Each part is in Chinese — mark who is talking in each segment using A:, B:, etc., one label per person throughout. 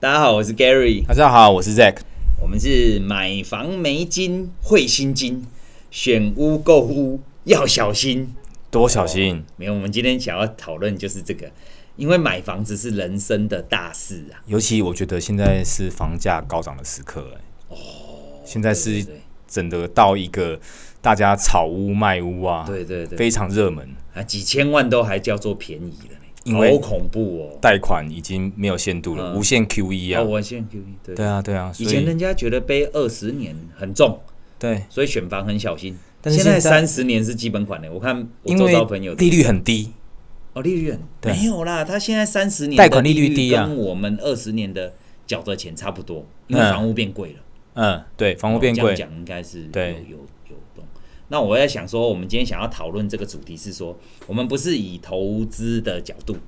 A: 大家好，我是 Gary，
B: 大家好，我是 Zack。
A: 我们是买房没金，会心金，选屋购屋要小心。哦
B: 多小心！
A: 没有，我们今天想要讨论就是这个，因为买房子是人生的大事啊。
B: 尤其我觉得现在是房价高涨的时刻、哎，哦，现在是整个到一个大家炒屋卖屋啊，
A: 对对对，
B: 非常热门，
A: 啊，几千万都还叫做便宜了呢，
B: 因为
A: 好恐怖哦。
B: 贷款已经没有限度了，
A: 嗯
B: 无限 QE
A: 啊，
B: 啊，
A: 我现在 QE 对
B: 对啊，对啊，
A: 以
B: 所
A: 前人家觉得背二十年很重，
B: 对，
A: 所以选房很小心。
B: 但是
A: 现在
B: 现在
A: 三十年是基本款的，我看我
B: 因
A: 周
B: 为
A: 遭朋友
B: 利率很低，
A: 哦利率很
B: 对
A: 没有啦，他现在三十年
B: 贷款利率
A: 的
B: 低啊
A: 跟我们二十年的缴的钱差不多，因为
B: 嗯
A: 房屋变贵了。
B: 嗯，对，房屋变
A: 哦这样
B: 贵，
A: 讲应该是有
B: 对
A: 有有动。那我在想说，我们今天想要讨论这个主题是说，我们不是以投资的角度，因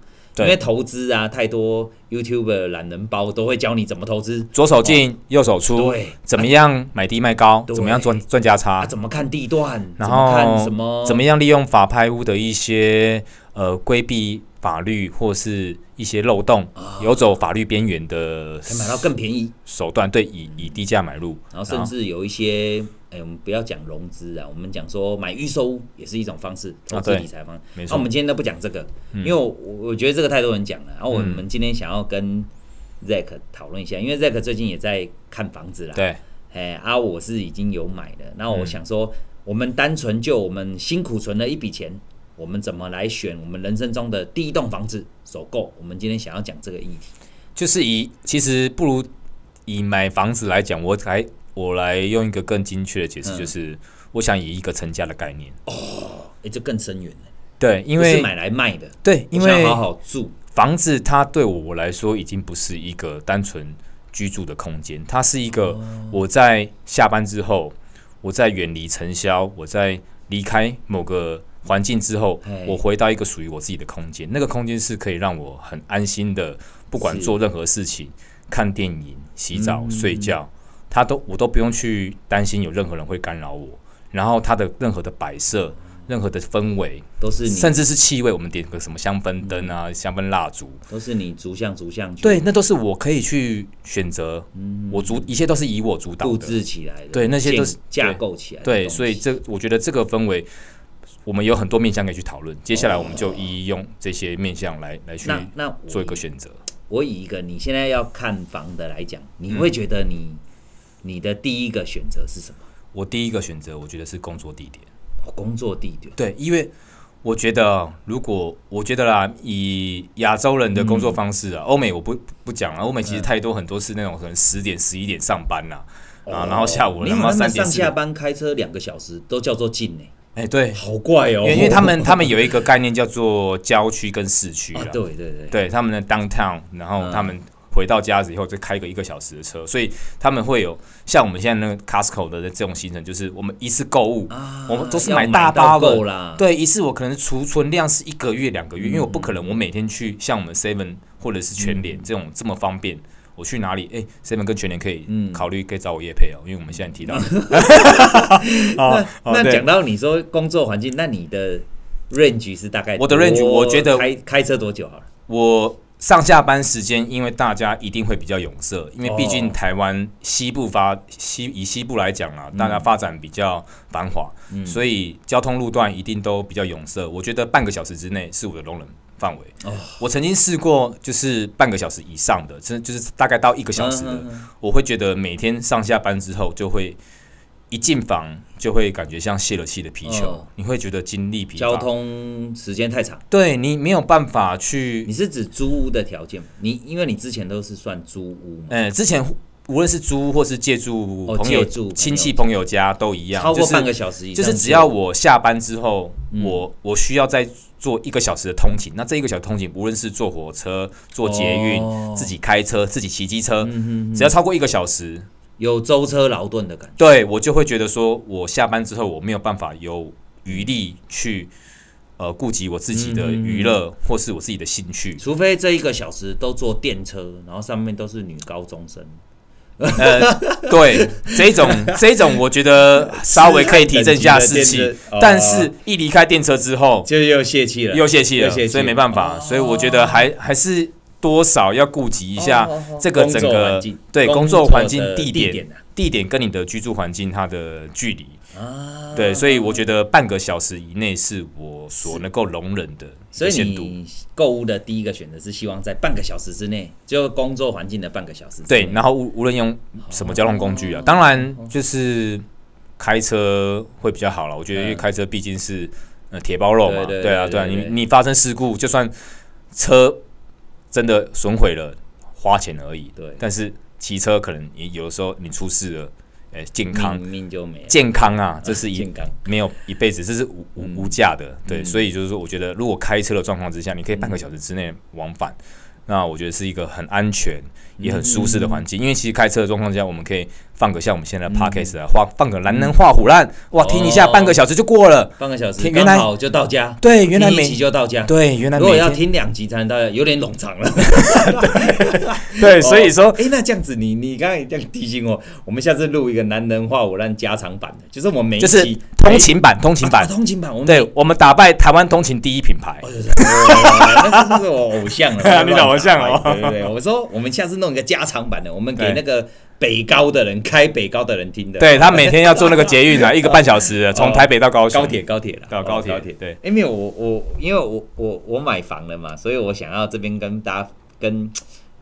B: 对
A: 为投资啊，太多 YouTuber 懒人包都会教你怎么投资
B: 左手进右手出
A: 哦对，
B: 怎么样买低卖高，
A: 对
B: 怎么样赚赚价差
A: 啊，，怎么看地段，
B: 然
A: 怎么看
B: 后
A: 什么
B: 怎么样利用法拍屋的一些呃规避法律或是一些漏洞，
A: 啊
B: 游走法律边缘的
A: 可以买到更便宜，
B: 手段，对，以以低价买入，
A: 然后甚至有一些，哎、我们不要讲融资啊，我们讲说买预售屋也是一种方式，投资
B: 啊对
A: 理财方式。
B: 没
A: 那、
B: 错嗯
A: 我们今天都不讲这个，因为我我觉得这个太多人讲了。然后我们今天想要跟 Zack 讨论一下，因为 Zack 最近也在看房子啦。，
B: 对嗯
A: 哎，啊，我是已经有买的。那我想说，我们单纯就我们辛苦存了一笔钱，我们怎么来选我们人生中的第一栋房子首购？我们今天想要讲这个议题。
B: 就是以其实不如以买房子来讲，我来我来用一个更精确的解释，
A: 嗯
B: 就是我想以一个成家的概念，
A: 哎，这更深远了，
B: 对，因
A: 不是
B: 为
A: 买来卖的，
B: 对，因
A: 我想
B: 为
A: 好好住。
B: 房子它对我来说已经不是一个单纯居住的空间，它是一个我在下班之后，我在远离尘嚣，我在离开某个环境之后
A: 嘿，
B: 我回到一个属于我自己的空间，那个空间是可以让我很安心的，不管
A: 是
B: 做任何事情，看电影、洗澡、睡觉，它都我都不用去担心有任何人会干扰我，然后它的任何的摆设、任何的氛围，
A: 都是你，
B: 甚至是气味，我们点个什么香氛灯啊、香氛蜡烛，
A: 都是你逐项逐项去
B: 对，那都是我可以去选择，我主一切都是以我主导
A: 布
B: 的，
A: 置起来的，
B: 对那些都是
A: 建架构起来的
B: 对，
A: 东西
B: 所以这我觉得这个氛围，我们有很多面向可以去讨论。接下来我们就一一用这些面向来来去
A: 那那我
B: 做一个选择。
A: 我以一个你现在要看房的来讲，你会觉得你、
B: 嗯
A: 你的第一个选择是什么？
B: 我第一个选择，我觉得是工作地点，
A: 哦工作地点，
B: 对，因为我觉得哦如果我觉得啦，以亚洲人的工作方式
A: 嗯
B: 啊，欧、美我不不讲了，欧美其实太多很多是那种可能十点十一点上班啦、啊，然后下午
A: 哦没有
B: 然后
A: 他们
B: 三点
A: 上
B: 四
A: 下
B: 点，
A: 班开车两个小时都叫做近呢、
B: 哎、对，
A: 好怪哦、
B: 因为因为他们他们有一个概念叫做郊区跟市区
A: 啊
B: 啦，
A: 对嗯对对，
B: 对他们的 downtown，然后他们回到家以后再开个一个小时的车，所以他们会有像我们现在那个 Costco 的这种行程，就是我们一次购物，
A: 啊
B: 我们都是
A: 要
B: 买
A: 买
B: 大
A: 到
B: 包
A: 够
B: 的
A: 啦
B: 对，一次我可能储存量是一个月两个
A: 嗯
B: 月，因为我不可能我每天去像我们 Seven 或者是全
A: 嗯
B: 联这种这么方便。我去哪里？哎、s e v e n 跟全联可以
A: 嗯
B: 考虑，可以找我叶配哦，因为我们现在提到。 哦哦
A: 嗯那
B: 对
A: 讲到你说工作环境，那你的 range 是大概
B: 我的 range，
A: 多
B: 我觉得
A: 开开车多久好了？
B: 我上下班时间，因为大家一定会比较涌塞，因为毕
A: 哦
B: 竟台湾西部发西以西部来讲
A: 嗯
B: 啊，大家发展比较繁华，所以交通路段一定都比较涌塞。我觉得半个小时之内是我的容忍范围。
A: 哦
B: 我曾经试过就是半个小时以上的，真的就是大概到一个小时的，
A: 嗯嗯嗯
B: 我会觉得每天上下班之后就会。一进房就会感觉像泄了气的皮球，
A: 哦
B: 你会觉得精力疲乏。
A: 交通时间太长。
B: 对你没有办法去
A: 你是指租屋的条件吗？你因为你之前都是算租屋嘛，
B: 呃，之前无论是租或是借住
A: 哦
B: 朋友、
A: 借住
B: 亲戚、朋友家都一样，
A: 超过
B: 就是
A: 半个小时以
B: 就
A: 上
B: 是只要我下班之后，
A: 嗯
B: 我我需要再做一个小时的通勤，那这一个小时通勤，无论是坐火车、坐捷运、
A: 哦嗯
B: 自己开车、自己骑机车，只要超过一个小时，
A: 有舟车劳顿的感觉。
B: 对我就会觉得说，我下班之后我没有办法有余力去呃顾及我自己
A: 嗯
B: 的娱乐、或是我自己的兴趣。
A: 除非这一个小时都坐电车，然后上面都是女高中生，
B: 呃， 对，这种这种，我觉得稍微可以提振一下士
A: 是等级
B: 气
A: 的电车哦，
B: 但是一离开电车之后
A: 就又泄气了，
B: 又泄气了
A: 又泄，气
B: 所以没办法，
A: 哦
B: 所以我觉得还还是多少要顾及一下
A: 哦哦哦
B: 这个整
A: 工作
B: 个
A: 环境
B: 对
A: 工
B: 工
A: 作
B: 作环境
A: 的
B: 地
A: 地
B: 点
A: 点啊
B: 地点跟你的居住环境它的距离，
A: 啊，
B: 对，所以我觉得半个小时以内是我所能够容忍的
A: 所
B: 一
A: 以
B: 个限度。
A: 你购物的第一个选择是希望在半个小时之内，就工作环境的半个小时之内
B: 对，然后无无论用什么交通工具啊，当然
A: 哦
B: 就是开车会比较好了。我觉得因为
A: 嗯
B: 开车毕竟是呃铁包肉嘛，
A: 对对
B: 对啊，
A: 对
B: 对啊，
A: 对
B: 你
A: 对
B: 你发生事故，就算车真的损毁了，花钱而已。
A: 对
B: 但是骑车可能你有的时候你出事了，呃，健康
A: 命命就没了，
B: 健康啊，这是一
A: 嗯健康
B: 没有一辈子，这是无无无价的，对，所以就是说，我觉得如果开车的状况之下，你可以半个小时之内往返，那我觉得是一个很安全也很舒适的环境，因为其实开车的状况之下，我们可以放个像我们现在的 podcast 啊，放放个蓝能画虎烂，哇，听一下
A: 哦
B: 半个小时就过了，
A: 半个小时
B: 天原来
A: 刚好就到家，
B: 对，原来
A: 听一
B: 每
A: 集就到家。
B: 对原来
A: 如果
B: 每
A: 要
B: 天
A: 听两集才能到家，有点冗长了。
B: 对，所以说
A: 哎、那这样子你，你刚才这样提醒我，我们下次录一个男人话我让加长版的，就是我们每一
B: 就是
A: 集
B: 通勤版，通勤
A: 啊
B: 版，
A: 通勤版，我们每
B: 对我们打败台湾通勤第一品牌，
A: 哦对对对对那是是我偶像 了，
B: 你的偶像哦
A: 对对对，我说我们下次弄一个加长版的，我们给那个北高的人开北高的人听的，
B: 对他每天要坐那个捷运啊，一个半小时，从台北到高 雄
A: 高铁高铁了，
B: 到高铁
A: 哦高铁
B: 对
A: 哎，没有我我因为我我我买房了嘛，所以我想要这边跟大家跟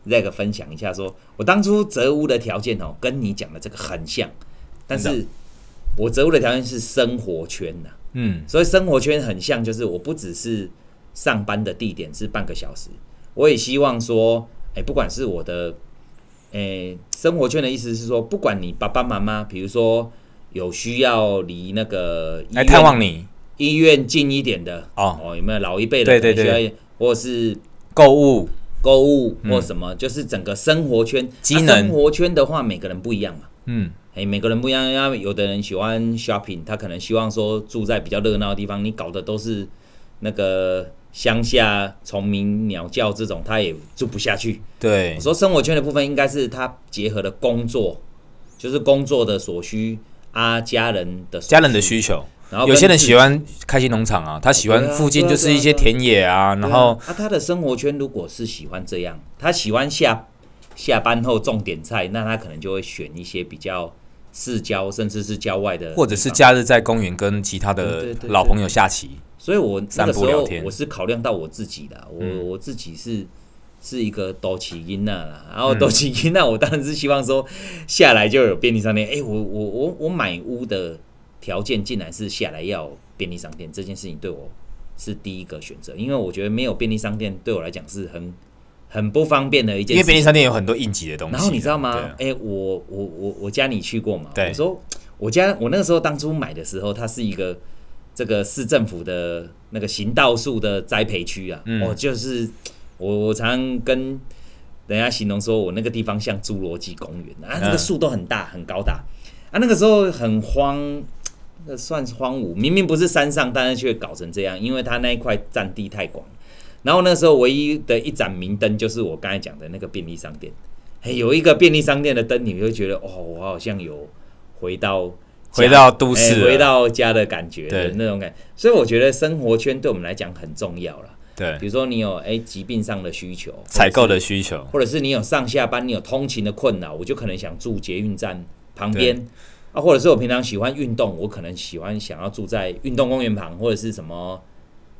A: Zack 分享一下说，我当初择屋的条件哦，跟你讲的这个很像，但
B: 真哦
A: 是我择屋的条件是生活圈呐、
B: 嗯，
A: 所以生活圈很像，就是我不只是上班的地点是半个小时，我也希望说，哎、不管是我的，哎、生活圈的意思是说，不管你爸爸妈妈，比如说有需要离那个医
B: 来
A: 院
B: 哎探望你。
A: 医院近一点的
B: 哦
A: 有没有老一辈的
B: 对对对
A: 可能需要或是
B: 购物，
A: 购物或什么，就是整个生活圈，
B: 嗯机
A: 啊
B: 能
A: 生活圈的话，每个人不一样嘛。
B: 嗯，
A: 哎、每个人不一样，要有的人喜欢 shopping，他可能希望说住在比较热闹的地方，你搞的都是那个乡下虫鸣鸟叫这种，他也住不下去。
B: 对
A: 我，说生活圈的部分应该是他结合了工作，就是工作的所需啊，家人的所
B: 家人的，需求，
A: 然后
B: 有些人喜
A: 欢，
B: 欢开心农场啊，他喜欢
A: 对啊
B: 附近
A: 对啊
B: 就是一些
A: 对啊对啊
B: 田野啊，
A: 对
B: 然
A: 啊
B: 后
A: 啊，他的生活圈如果是喜欢这样，他喜欢下下班后重点菜，那他可能就会选一些比较市郊甚至是郊外的地方，
B: 或者是假日在公园跟其他
A: 对对
B: 的
A: 对对
B: 老朋友下棋，
A: 所以我那
B: 散
A: 个
B: 步
A: 时
B: 聊
A: 候
B: 天嗯
A: 我是考量到我自己的啊，我、我自己是是一个多起音呐啦，然
B: 嗯
A: 后多起音呐，我当然是希望说下来就有便利商店。哎、我我我我买屋的条件竟然是下来要有便利商店这件事情，对我是第一个选择，因为我觉得没有便利商店对我来讲是很很不方便的一件事
B: 因为
A: 情
B: 便。利商店有很多应急的东西啊。
A: 然后你知道吗
B: 对啊？
A: 哎、我我我我家你去过吗？
B: 对
A: 我说我家我那个时候当初买的时候，它是一个这个市政府的那个行道树的栽培区啊。
B: 嗯
A: 哦，就是我我常跟人家形容说我那个地方像侏罗纪公园啊，那个
B: 嗯
A: 树都很大很高大啊，那个时候很荒。那算是荒芜，明明不是山上，但是却搞成这样，因为它那一块占地太广。然后那时候唯一的一盏明灯就是我刚才讲的那个便利商店，嘿，有一个便利商店的灯，你会觉得哦，我好像有回到家
B: 回到都
A: 哎
B: 市了，
A: 回到家的感觉，
B: 对
A: 对那种感所以我觉得生活圈对我们来讲很重要啦。比
B: 对
A: 如说你有哎、疾病上的需求，
B: 采购的需求，
A: 或者是你有上下班，你有通勤的困扰，我就可能想住捷运站旁边啊，或者是我平常喜欢运动，我可能喜欢想要住在运动公园旁，或者是什么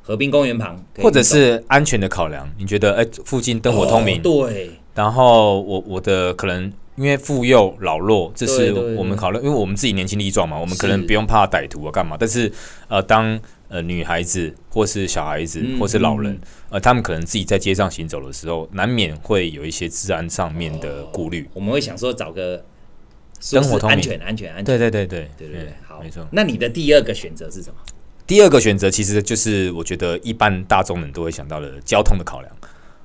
A: 河滨公园旁，可以
B: 或者
A: 运动
B: 是安全的考量。你觉得哎，附近灯火通明
A: 哦，对，
B: 然后我我的可能因为妇幼老弱，这
A: 对
B: 是
A: 对对
B: 我们考虑，因为我们自己年轻力壮嘛，我们可能
A: 是
B: 不用怕歹徒啊干嘛。但是呃，当呃女孩子或是小孩子
A: 嗯
B: 或是老人，
A: 嗯
B: 呃，他们可能自己在街上行走的时候，难免会有一些治安上面的顾虑。
A: 我们会想说找个舒
B: 灯
A: 适
B: 火通明
A: 安全、安全、安全。
B: 对对对对
A: 对对对
B: 嗯，
A: 好，
B: 没错。
A: 那你的第二个选择是什么？
B: 第二个选择其实就是我觉得一般大众人都会想到的交通的考量。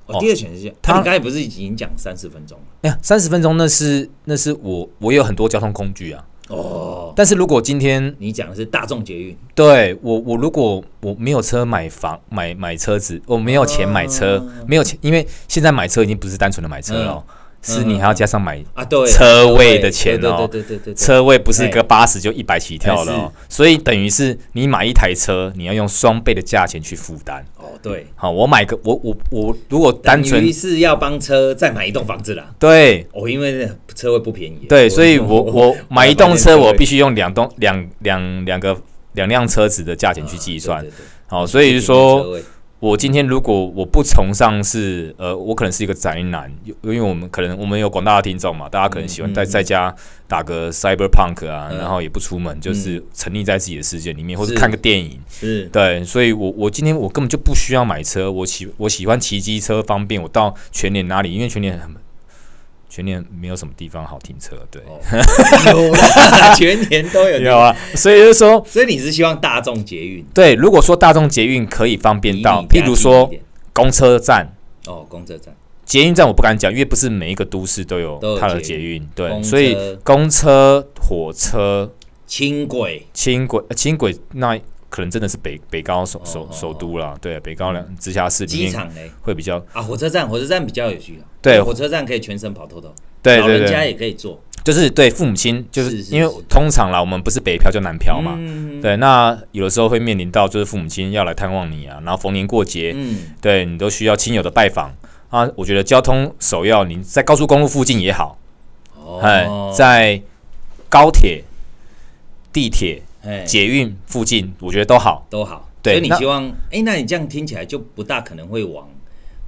A: 哦，
B: 哦
A: 第二选择是，
B: 他
A: 他你刚才不是已经讲三十分钟了？
B: 哎呀，三十分钟那是那是我我有很多交通工具啊，
A: 哦，
B: 但是如果今天
A: 你讲的是大众捷运，
B: 对我，我如果我没有车买房买买车子，我没有钱买车，没有钱，因为现在买车已经不是单纯的买车了哦、是你还要加上买
A: 啊，对，
B: 车位的钱哦，
A: 对对对对对对，
B: 车位不是一个八十就一百起跳了哦、
A: 哎
B: 所以等于是你买一台车，你要用双倍的价钱去负担。
A: 哦对，
B: 好，我买个我我我如果单
A: 等于
B: 纯
A: 是要帮车再买一栋房子啦。
B: 对
A: 哦，因为车位不便宜。
B: 对，所以我我买一栋车，
A: 买
B: 我
A: 辆
B: 必须用两栋两两两个两辆车子的价钱去计算
A: 对。对对
B: 好，所以就是
A: 便宜车
B: 说
A: 位
B: 我今天如果我不崇尚是呃，我可能是一个宅男，因因为我们可能我们有广大的听众嘛，大家可能喜欢在在家打个 cyberpunk 啊，
A: 嗯
B: 然后也不出门，就是沉溺在自己的世界里面，或是
A: 是
B: 看个电影。
A: 是
B: 对，所以我我今天我根本就不需要买车，我喜我喜欢骑机车方便，我到全年哪里？因为全年很。全年没有什么地方好停车，对，
A: 哦，有啦，全年都有。
B: 有啊，所以就是说，
A: 所以你是希望大众捷运
B: 对，如果说大众捷运可以方便
A: 离
B: 到，
A: 你
B: 譬
A: 家
B: 如
A: 近一
B: 说
A: 点
B: 公车站，
A: 哦，公车站
B: 捷运站我不敢讲，因为不是每一个都市都有
A: 都有
B: 它的
A: 捷
B: 捷
A: 运
B: 运，
A: 公
B: 对，
A: 车
B: 所以公车、火车、
A: 轻轨
B: 轻轨、呃轻轨那可能真的是北北高首
A: 哦
B: 首
A: 哦
B: 首都啦，对，北高两直辖市里
A: 机
B: 面
A: 场嘞
B: 会比较，
A: 啊，火车站火车站比较有需要。
B: 对
A: 火车站可以全省跑透透，
B: 对
A: 老
B: 对
A: 人家
B: 对，
A: 也可以坐。
B: 就是对父母亲，就是
A: 是是
B: 因为
A: 是
B: 通常啦，我们不是北漂就南漂嘛，
A: 嗯
B: 对，那有的时候会面临到就是父母亲要来探望你啊，然后逢年过节，
A: 嗯，
B: 对你都需要亲友的拜访啊。我觉得交通首要，你在高速公路附近也好，哎、
A: 哦，
B: 在高铁、地铁、
A: 哎
B: 捷运附近，我觉得都好。
A: 都好。
B: 对
A: 所以你
B: 那
A: 希望，哎、那你这样听起来就不大可能会往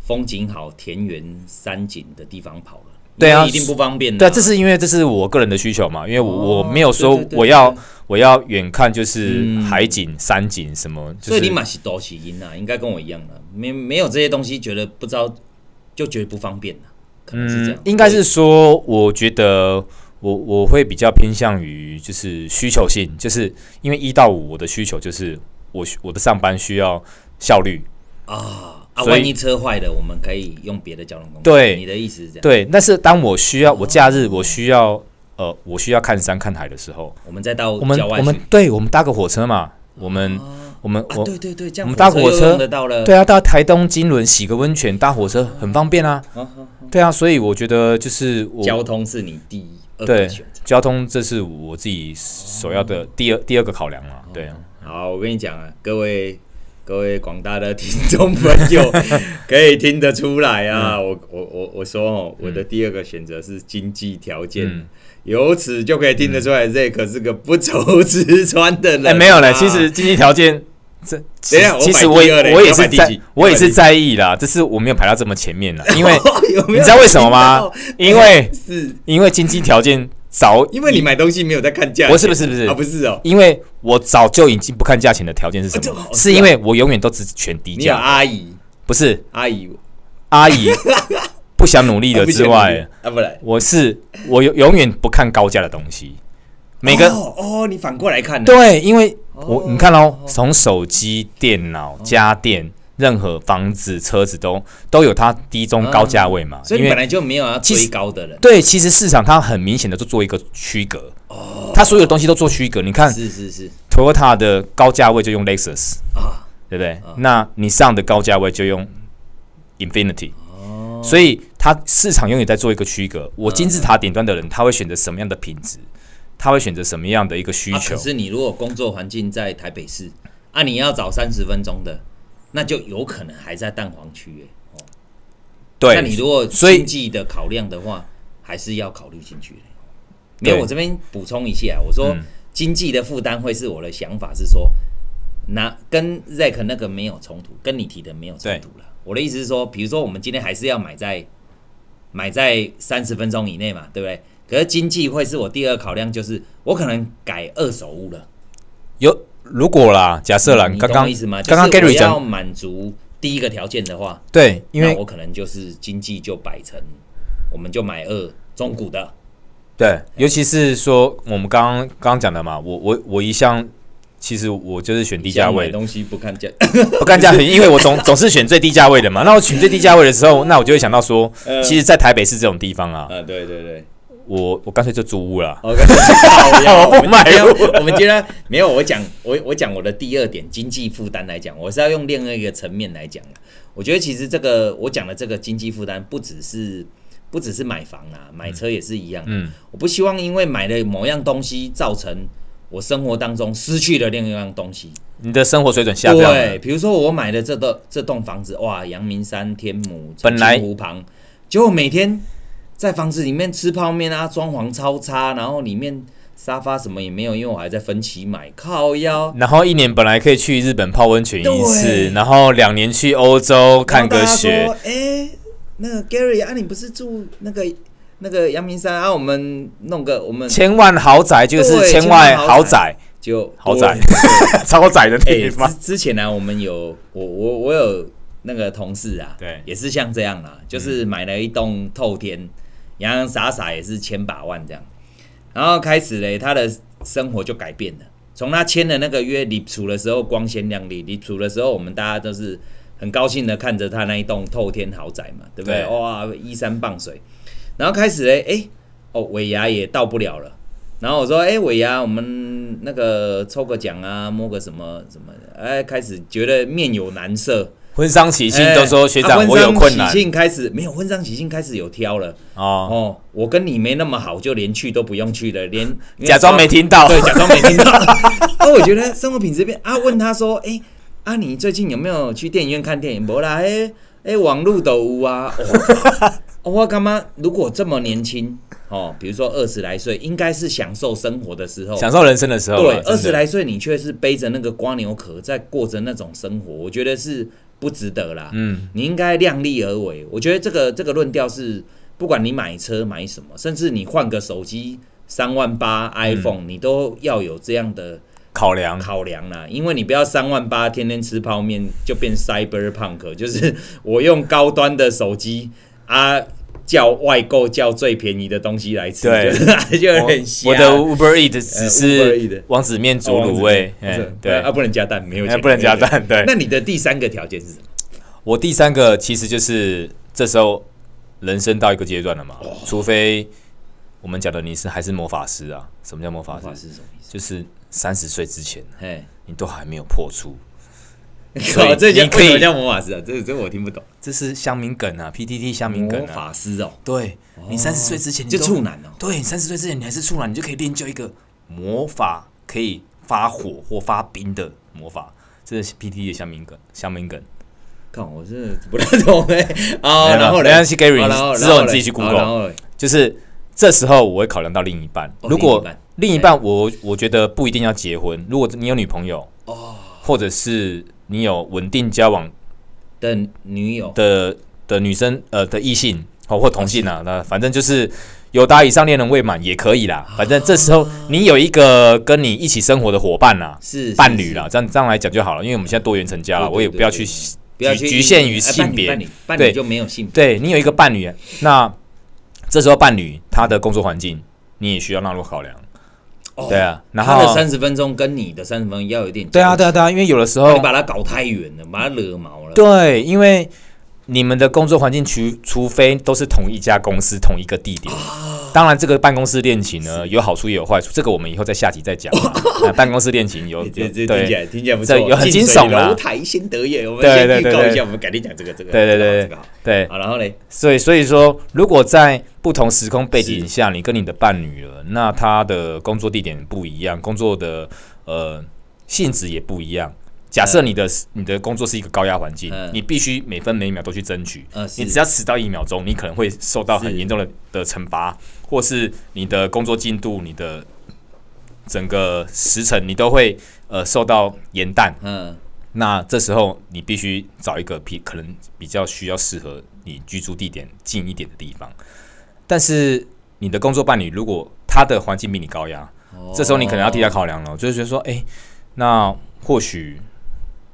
A: 风景好、田园山景的地方跑了。
B: 对啊
A: 因为一定不方便的、
B: 对，这是因为这是我个人的需求嘛，因为我、
A: 嗯啊哦
B: 我没有说
A: 对对对
B: 我要我要远看就是
A: 嗯
B: 海景、山景什么，就
A: 所以你
B: 是
A: 马是多起因啊，应该跟我一样的，没没有这些东西，觉得不知道就觉得不方便了，可能是这样。
B: 嗯应该是说，我觉得我我会比较偏向于就是需求性，就是因为一到五我的需求就是我需我的上班需要效率，
A: 啊啊，
B: 所以
A: 万一车坏了，我们可以用别的交通工具。
B: 对
A: 你的意思是这样。，
B: 对，但是当我需要我假日我需要呃我需要看山看海的时候，
A: 我们再到
B: 我们
A: 郊外
B: 我们
A: 去。
B: 对我们搭个火车嘛，我们、我们
A: 啊，
B: 我、
A: 对对对，这样
B: 我们搭
A: 火
B: 火
A: 又
B: 车
A: 用得到了。
B: 对啊，到台东金轮洗个温泉搭火车很方便啊，
A: 啊，啊啊
B: 对啊，所以我觉得就是我
A: 交通是你第二
B: 对
A: 个选择。
B: 交通这是我自己首要
A: 嗯
B: 的第二第二个考量
A: 哦
B: 啊，对啊，
A: 好，我跟你讲啊，各位各位广大的听众朋 友，可以听得出来啊，
B: 嗯
A: 我我我我说哦，我的第二个选择是经济条件，
B: 嗯
A: 由此就可以听得出来，Zack 是个不愁吃穿的人、啊
B: 哎、没有嘞，其实。经济条件这其
A: 等一下我
B: 其
A: 摆
B: 实我
A: 第二
B: 也
A: 嘞
B: 我也
A: 你要
B: 是
A: 摆第
B: 在
A: 几
B: 我也
A: 你要摆
B: 是
A: 第
B: 在意啦，只是我没有排到这么前面啦， 因为
A: 哦有没有
B: 你知道为什么吗
A: 听到？
B: 因为
A: 是
B: 因为经济条件早已，
A: 因为你买东西没有在看价钱，
B: 不是不是不是
A: 啊，不是哦，
B: 因为我早就已经不看价钱的条件是
A: 啊
B: 什
A: 这
B: 么
A: 好？
B: 是因为我永远都只选低
A: 你啊有
B: 价，
A: 阿姨，
B: 不是
A: 阿姨
B: 阿姨不想努力
A: 啊
B: 了
A: 不行
B: 之外，
A: 啊，不然
B: 我是我永永远不看高价的东西。每个
A: 哦哦，你反过来看呢，
B: 对，因为
A: 哦
B: 我你看哦，从手机、电脑、家电，任何房子、车子都都有它低中高价位嘛，
A: 哦所以
B: 因
A: 你本
B: 为。
A: 来就没有要
B: 其
A: 追
B: 实
A: 高的人，
B: 对，其实市场它很明显的就做一个区隔，
A: 哦
B: 它所有东西都做区隔。你看
A: 是是是
B: Toyota 的高价位就用 Lexus，
A: 啊。
B: 对不对？那你上的高价位就用 Infinity，、
A: 哦
B: 所以它市场永远在做一个
A: 嗯
B: 区隔。我金字塔顶端的人，他会选择什么样的品质？他会选择什么样的一个需
A: 啊，
B: 求？
A: 可是你如果工作环境在台北市，啊，你要找三十分钟的，那就有可能还在蛋黄区耶、哦，那你
B: 对，
A: 如果
B: 所以
A: 经济的考量的话，还是要考虑进去的。没有，
B: 对
A: 我这边补充一下，我说
B: 嗯
A: 经济的负担会是我的想法是说，那跟 Zack 那个没有冲突，跟你提的没有冲突了。我的意思是说，比如说我们今天还是要买在买在三十分钟以内嘛，对不对？可是经济会是我第二考量，就是我可能改二手物了。
B: 有如果啦，假设啦，
A: 嗯你
B: 刚
A: 懂我
B: 刚
A: 意思吗？
B: 刚刚
A: 就是我
B: Gary
A: 要
B: 讲，
A: 满足第一个条件的话，
B: 对，因
A: 那
B: 为
A: 我可能就是经济就摆成，我们就买二中古的，哎
B: 对，尤其是说我们刚刚刚刚讲的嘛，我我我一向其实我就是选低价
A: 像买
B: 位的，
A: 东西不看 价，
B: 不干价很，因为我总总是选最低价位的嘛。那我选最低价位的时候，那我就会想到说，
A: 嗯呃
B: 其实，在台北市这种地方啊，
A: 啊，对对对
B: 我我干脆就租屋啦。
A: ，OK，好呀
B: 我不
A: 们
B: 买
A: 今天
B: 我
A: 我们今天没有，我讲我我讲我的第二点经济负担来讲，我是要啊用另外一个层面来讲的我觉得其实这个我讲的这个经济负担不只是不只是买房啊，买车也是一样。
B: 嗯，
A: 我不希望因为买了某样东西，造成我生活当中失去了另一样东西。
B: 你的生活水准下降了
A: 对，比如说我买了这栋这栋房子，哇，阳明山天母，
B: 本来
A: 澄清湖旁，结果每天在房子里面吃泡面啊，装潢超差，然后里面沙发什么也没有，因为我还在分期买，靠腰。
B: 然后一年本来可以去日本泡温泉一次
A: 对，
B: 然后两年去欧洲看个雪
A: 然后，大家说。哎、那个 Gary 啊，你不是住那个那个阳明山啊？我们弄个我们
B: 千万豪宅就是
A: 对
B: 千万
A: 千万
B: 豪
A: 豪
B: 宅，
A: 就
B: 豪宅
A: 对
B: 超窄的
A: 哎、
B: 地方
A: 之。之前呢、我们有我我我有那个同事啊，
B: 对
A: 也是像这样啦，就是买了一栋透天，洋洋洒洒也是千把万这样，然后开始嘞，他的生活就改变了。从他签了那个约离楚的时候光鲜亮丽，离楚的时候我们大家都是很高兴的看着他那一栋透天豪宅嘛，对不对？
B: 对
A: 哇，依山傍水，然后开始嘞，哎、哦，尾牙也到不了了。然后我说，哎、尾牙，我们那个抽个奖啊，摸个什么什么的，哎、开始觉得面有难色。
B: 婚丧喜庆
A: 哎
B: 都说学
A: 啊
B: 长
A: 婚
B: 我有
A: 丧
B: 困难
A: 喜庆开始没有婚丧喜庆开始有挑了
B: 哦，
A: 哦，我跟你没那么好，就连去都不用去了，连
B: 假装没听到。
A: 对， 假装没听到。啊，我觉得生活品质变啊，问他说，哎、啊，你最近有没有去电影院看电影？没啦，哎、哎、网络都有啊。 哦哦我干嘛？如果这么年轻哦，比如说二十来岁，应该是享受生活的时候。
B: 享受人生的时候
A: 对
B: 啊，，
A: 二十
B: 真的
A: 来岁你却是背着那个瓜牛壳在过着那种生活，我觉得是不值得啦。
B: 嗯，
A: 你应该量力而为。我觉得这个这个论调是，不管你买车买什么，甚至你换个手机三万八
B: 嗯
A: iPhone，、你都要有这样的
B: 考量
A: 考量啦。因为你不要三万八天天吃泡面就变 cyberpunk，就是我用高端的手机啊。叫外购叫最便宜的东西来吃，
B: 对
A: 就是 就有
B: 我
A: 点瞎。呃
B: 我的 Uber Eat 只
A: Uber Eat
B: 是王子面煮卤味，
A: 哦王
B: 哎
A: 子面不是
B: 对
A: 啊，，不能加蛋，没有
B: 哎
A: 钱，
B: 不能加蛋对
A: 那你的第三个条件是什么？
B: 我第三个其实就是这时候人生到一个阶段了嘛，
A: 哦
B: 除非我们讲的你是还是魔法师啊？什么叫魔法
A: 法
B: 师？
A: 是什么意思？
B: 就是三十岁之前
A: 哎，
B: 你都还没有破处，所以
A: 靠， 这叫
B: 你可
A: 为
B: 以
A: 什么叫魔法师啊？这这我听不懂。
B: 这是乡民梗啊，PTT 乡民梗
A: 魔
B: 啊。
A: 法师哦，
B: 对你三十岁之前你
A: 就
B: 都
A: 处男哦。
B: 对，你三十岁之前你还是处男，你就可以练就一个魔法，可以发火或发冰的魔法。这是 PT 的乡民梗，乡民梗。
A: 看我是不太懂哎。
B: 没
A: 哦，
B: 有啦
A: 然后嘞
B: 没关系，Gary，
A: 哦然后
B: 之
A: 然
B: 后
A: 嘞
B: 你自己去
A: 哦
B: Google
A: 然后嘞
B: 就是这时候我会考量到另一半，
A: 哦
B: 如果
A: 另一半
B: 另一半我我觉得不一定要结婚，如果你有女朋友
A: 哦
B: 或者是你有稳定交往
A: 的女友
B: 的的女生呃的异性哦或同性啊，那反正就是有达以上恋人未满也可以啦。
A: 啊
B: 反正这时候你有一个跟你一起生活的伙伴啦、
A: 是
B: 伴侣，啦
A: 是，
B: 这样这样来讲就好了，因为我们现在多元成家了，
A: 对对
B: 啊我也不要
A: 对
B: 去
A: 对不要去
B: 局限于
A: 哎
B: 性别
A: 伴侣伴侣
B: 对
A: 伴侣就没有性别。
B: 对你有一个伴侣，那这时候伴侣他的工作环境你也需要纳入考量，
A: 哦
B: 对，啊，然
A: 他的
B: 后
A: 三十分钟跟你的三十分钟要有点
B: 对啊
A: 交集
B: 对啊对啊，因为有的时
A: 不然
B: 候
A: 你把他搞太远了，把他惹毛了。
B: 对，因为你们的工作环境除除非都是同一家公司同一个地点。
A: 啊
B: 当然，这个办公室恋情呢，有好处也有坏处，这个我们以后在下集再讲 啊。啊办公室恋情有
A: 哎
B: 有
A: 这这听起
B: 对
A: 来听起来不
B: 这
A: 错，
B: 有很
A: 近
B: 惊
A: 水
B: 悚啦
A: 楼台先得月，我们
B: 对
A: 先
B: 对
A: 预
B: 对
A: 告
B: 对
A: 一下，我们改天讲这个这个。
B: 对
A: 这
B: 对
A: 个好
B: 对
A: 这个好
B: 对，
A: 好，然后嘞，
B: 所以所以说，如果在不同时空背景下，你跟你的伴侣了，那他的工作地点不一样，工作的呃性质也不一样。假设你的、你的工作是一个高压环境，
A: 嗯
B: 你必须每分每秒都去争取。
A: 呃，是
B: 你只要迟到一秒钟，你可能会受到很
A: 是
B: 严重的的惩罚，或是你的工作进度、你的整个时程，你都会呃受到延宕。
A: 嗯。
B: 那这时候你必须找一个比可能比较需要适合你居住地点近一点的地方。但是你的工作伴侣如果他的环境比你高压，
A: 哦
B: 这时候你可能要替他考量了，就是觉得说，哎、那或许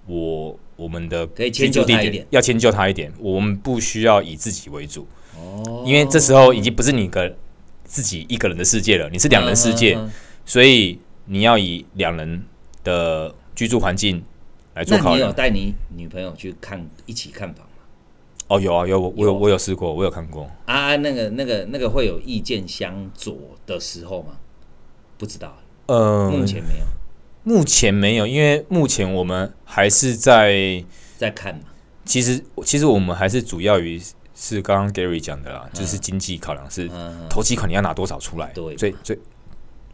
B: 我我们的
A: 可以
B: 居
A: 迁
B: 住
A: 就
B: 地
A: 他一
B: 点
A: 点
B: 要迁就他一点，我们不需要以自己为主，
A: 哦
B: 因为这时候已经不是你个自己一个人的世界了，你是两人世界，
A: 嗯嗯嗯
B: 所以你要以两人的居住环境来做
A: 那
B: 考
A: 你
B: 量
A: 有。带你女朋友去看一起看房吗？
B: 哦，有啊，有我我有
A: 有
B: 我有试过，我有看过。
A: 啊，那个那个那个会有意见相左的时候吗？不知道，
B: 呃，
A: 目前没有
B: 目前没有，因为目前我们还是在，
A: 在看嘛。
B: 其实其实我们还是主要于是刚刚 Gary 讲的啦，就是经济考量是
A: 嗯，
B: 投期款你要拿多少出来，
A: 对
B: 最最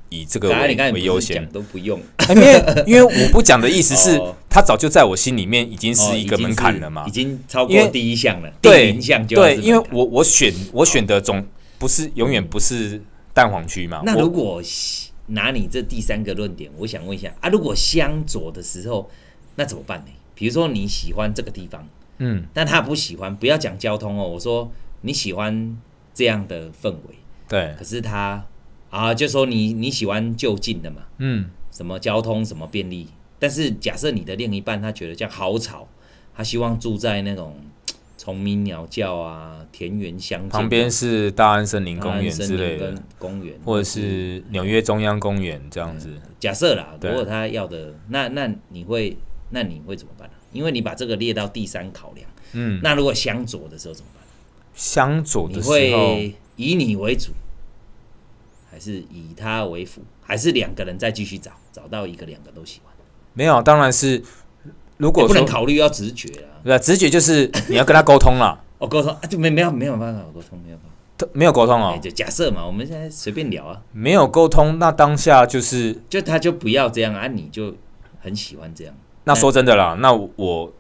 B: 以这个
A: 刚才你刚才
B: 为
A: 不
B: 为
A: 是
B: 优
A: 讲
B: 先。哎
A: 都不用，
B: 因为因为我不讲的意思是
A: 哦，
B: 它早就在我心里面已经
A: 哦
B: 是一
A: 已
B: 个
A: 经
B: 门槛
A: 是
B: 了嘛
A: 已。经超
B: 因
A: 过
B: 为
A: 第一项了，第
B: 对
A: 零项就要
B: 对，
A: 是
B: 因
A: 门
B: 为
A: 槛哦
B: 我我选我选的总不是永远不是蛋黄区嘛。
A: 那
B: 我
A: 如果西拿你这第三个论点，我想问一下啊，如果相左的时候，那怎么办呢？比如说你喜欢这个地方，
B: 嗯，
A: 但他不喜欢，不要讲交通哦，我说你喜欢这样的氛围，
B: 对，
A: 可是他啊，就说你你喜欢就近的嘛，
B: 嗯，
A: 什么交通什么便利，但是假设你的另一半他觉得这样好吵，他希望住在那种嘖虫鸣鸟叫啊、田园乡间
B: 旁边是大安森林
A: 大
B: 公
A: 安
B: 园
A: 森
B: 之
A: 林
B: 类的
A: 跟，公园，
B: 或者是纽约中央公园这样子。
A: 假设啦，
B: 对
A: 如果他要的，那那你会那你会怎么办呢、因为你把这个列到第三考量，
B: 嗯，
A: 那如果相左的时候怎么办？
B: 相左
A: 你
B: 的时候，
A: 会以你为主，还是以他为辅，还是两个人再继续找，找到一个两个都喜欢？
B: 没有，啊当然是如
A: 也
B: 果
A: 哎不能
B: 说
A: 考虑要直觉啦。
B: 对啊直觉就是你要跟他沟 通啦，
A: 哦，沟通啊，就没没有没有办法沟通，没有办法。
B: 都没有沟通
A: 哎、
B: 哦，
A: 就假设嘛，我们现在随便聊啊，
B: 没有沟通，那当下就是
A: 就他就不要这样啊，你就很喜欢这样
B: 那说真的
A: 哎
B: 啦，那我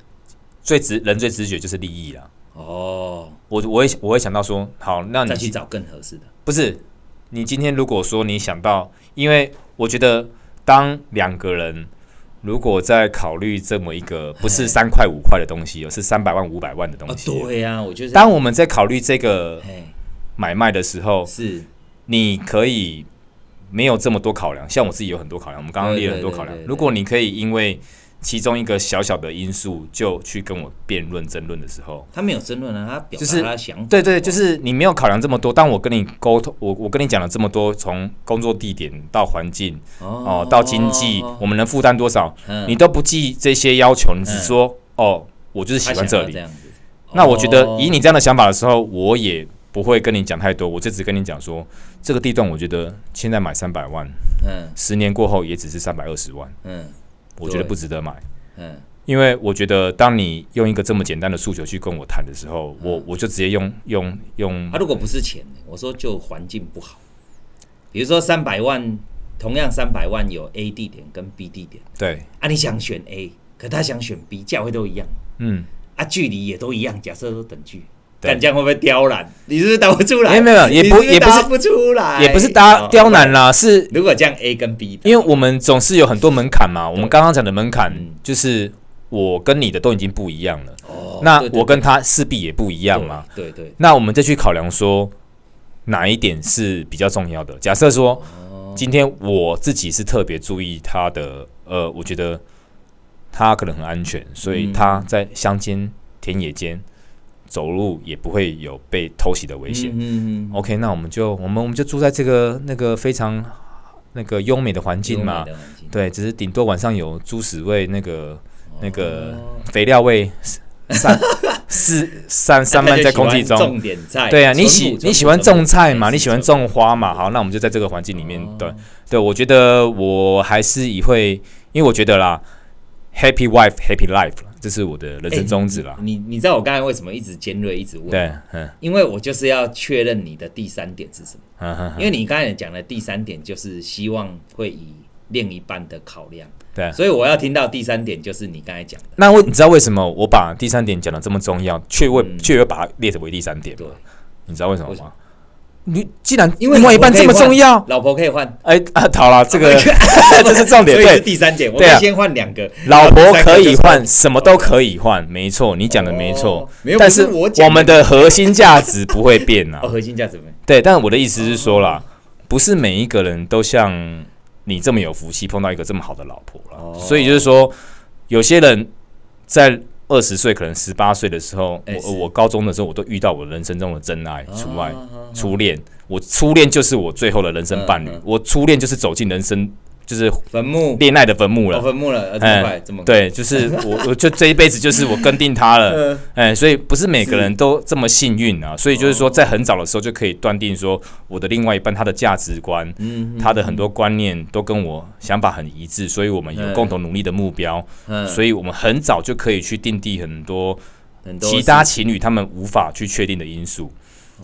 B: 最直人最直觉就是利益啦。
A: 哦，
B: 我我会我会想到说，好，那你
A: 再去
B: 今
A: 找更合适的。
B: 不是你今天如果说你想到，因为我觉得当两个人如果在考虑这么一个不是三块五块的东西哦，是三百万五百万的东
A: 哦，
B: 西，
A: 对哎呀、啊，我就是，
B: 当我们在考虑这个
A: 哎，
B: 买卖的时候，
A: 是。
B: 你可以没有这么多考量，像我自己有很多考量，我们刚刚列了很多考
A: 对对
B: 量
A: 对对。对
B: 如果你可以因为其中一个小小的因素就去跟我辩论争论的时候，
A: 他没有争论啊，他表
B: 就
A: 达
B: 是
A: 他的想法。
B: 对对，就是你没有考量这么多。当我跟你沟通，我我跟你讲了这么多，从工作地点到环境哦、到经济，我们能负担多少，
A: 嗯
B: 你都不计这些要求，你只
A: 嗯
B: 说哦，我就是喜欢这里
A: 这。样子。
B: 那我觉得
A: 哦
B: 以你这样的想法的时候，我也不会跟你讲太多，我就只跟你讲说，这个地段我觉得现在买三百万，
A: 嗯
B: 十年过后也只是三百二十万，
A: 嗯
B: 我觉得
A: 对
B: 不值得买。
A: 嗯，
B: 因为我觉得，当你用一个这么简单的诉求去跟我谈的时候，我我就直接用用用
A: 嗯他、，如果不是钱呢，我说就环境不好，比如说三百万，同样三百万有 A 地点跟 B 地点，
B: 对，
A: 啊，你想选 A，可他想选 B，价位都一样，
B: 嗯，
A: 啊，距离也都一样，假设都等距。
B: 对
A: 但这样会不会刁难？你是不是答不出来？
B: 没有没有也不
A: 你是是
B: 也不是
A: 答不出来，
B: 也不是搭
A: 哦
B: 刁难。啦，是
A: 如果这样 A 跟 B，的
B: 因为我们总是有很多门槛嘛。我们刚刚讲的门槛
A: 嗯
B: 就是我跟你的都已经不一样了，
A: 哦
B: 那
A: 对对
B: 我跟他势必也不一样嘛。
A: 对对对，
B: 那我们再去考量说哪一点是比较重要的。假设说
A: 哦
B: 今天我自己是特别注意他的，呃，我觉得他可能很安全，所以
A: 嗯
B: 他在乡间、田野间走路也不会有被偷袭的危险。
A: 嗯嗯嗯
B: OK，那我们就我们我们就住在这个那个非常那个优美的环境
A: 优
B: 嘛
A: 美，的环境
B: 对，只是顶多晚上有猪屎味那个那个
A: 哦
B: 肥料味散 四散散漫在空气 中，
A: 种点菜，
B: 对啊，
A: 淳
B: 你
A: 朴
B: 喜
A: 淳朴
B: 你喜欢种菜
A: 淳
B: 嘛？
A: 朴
B: 你喜欢种花嘛？好，那我们就在这个环境里
A: 哦
B: 面。对对，我觉得我还是以会，因为我觉得啦，Happy Wife Happy Life 啦这是我的人生宗旨啦。
A: 你你知道我刚才为什么一直尖锐一直问？
B: 对，嗯
A: 因为我就是要确认你的第三点是什么。
B: 嗯嗯，
A: 因为你刚才讲的第三点就是希望会以另一半的考量，
B: 对。
A: 所以我要听到第三点就是你刚才讲的，
B: 那为你知道为什么我把第三点讲的这么重要，却未
A: 嗯
B: 却又把它列为第三点？
A: 对，
B: 你知道为什么
A: 为什
B: 吗？你既然
A: 因为
B: 另外一
A: 老婆
B: 半
A: 可以
B: 这么
A: 换
B: 重要，
A: 老婆可以换，
B: 哎啊，好了，这个 这是重点，
A: 所以是
B: 对，
A: 第三点，我
B: 对啊
A: 们先换两个，
B: 老婆可
A: 然后第三
B: 以
A: 个就是
B: 换，什么都可以换，没错，你讲的没错。
A: 哦没有
B: 但
A: 不是
B: 是
A: 我讲的
B: 我们的核心价值不会变啊
A: 哦，。核心价值观，
B: 对，但我的意思是说啦，不是每一个人都像你这么有福气，碰到一个这么好的老婆
A: 哦
B: 啦。所以就是说，有些人在二十岁，可能十八岁的时候，
A: 哎
B: 我
A: 是
B: 我高中的时候，我都遇到我人生中的真爱除外，
A: 啊啊啊
B: 初恋。我初恋就是我最后的人生伴侣
A: 嗯嗯，
B: 我初恋就是走进人生就是
A: 坟墓，
B: 恋爱的坟墓了
A: 哦。坟墓了，呃这么
B: 哎，
A: 快，这么快，
B: 对，就是我，我就这一辈子就是我跟定 他了，
A: 呃，
B: 哎、所以不是每个人都这么幸运啊，所以就是
A: 哦
B: 说，在很早的时候就可以断定说，我的另外一半他的价值观，
A: 嗯
B: 他的很多观念都跟我想法很一致，所以我们有
A: 嗯
B: 共同努力的目标，
A: 嗯，
B: 所以我们很早就可以去定定很多
A: 很多
B: 其他情侣他们无法去确定的因素。
A: 哦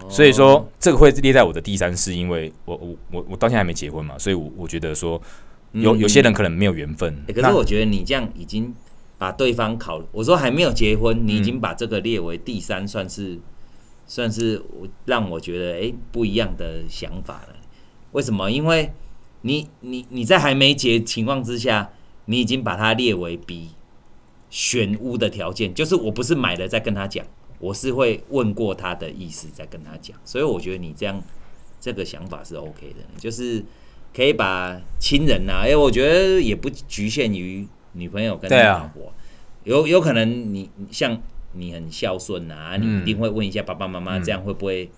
B: 所以说这个会列在我的第三是因为我我我我到现在还没结婚嘛，所以我我觉得说有有些人可能没有缘分。
A: 嗯欸可是
B: 那
A: 我觉得你这样已经把对方考，我说还没有结婚，你已经把这个列为第三，算是、算是我让我觉得哎、诶不一样的想法了。为什么？因为你你你在还没结情况之下，你已经把它列为比选屋的条件，就是我不是买了再跟他讲，我是会问过他的意思再跟他讲。所以我觉得你这样这个想法是 OK 的，就是可以把亲人呐、啊，哎、我觉得也不局限于女朋友跟
B: 对啊
A: 老婆，有有可能你你像你很孝顺啊，
B: 嗯
A: 你一定会问一下爸爸妈妈，这样会不会、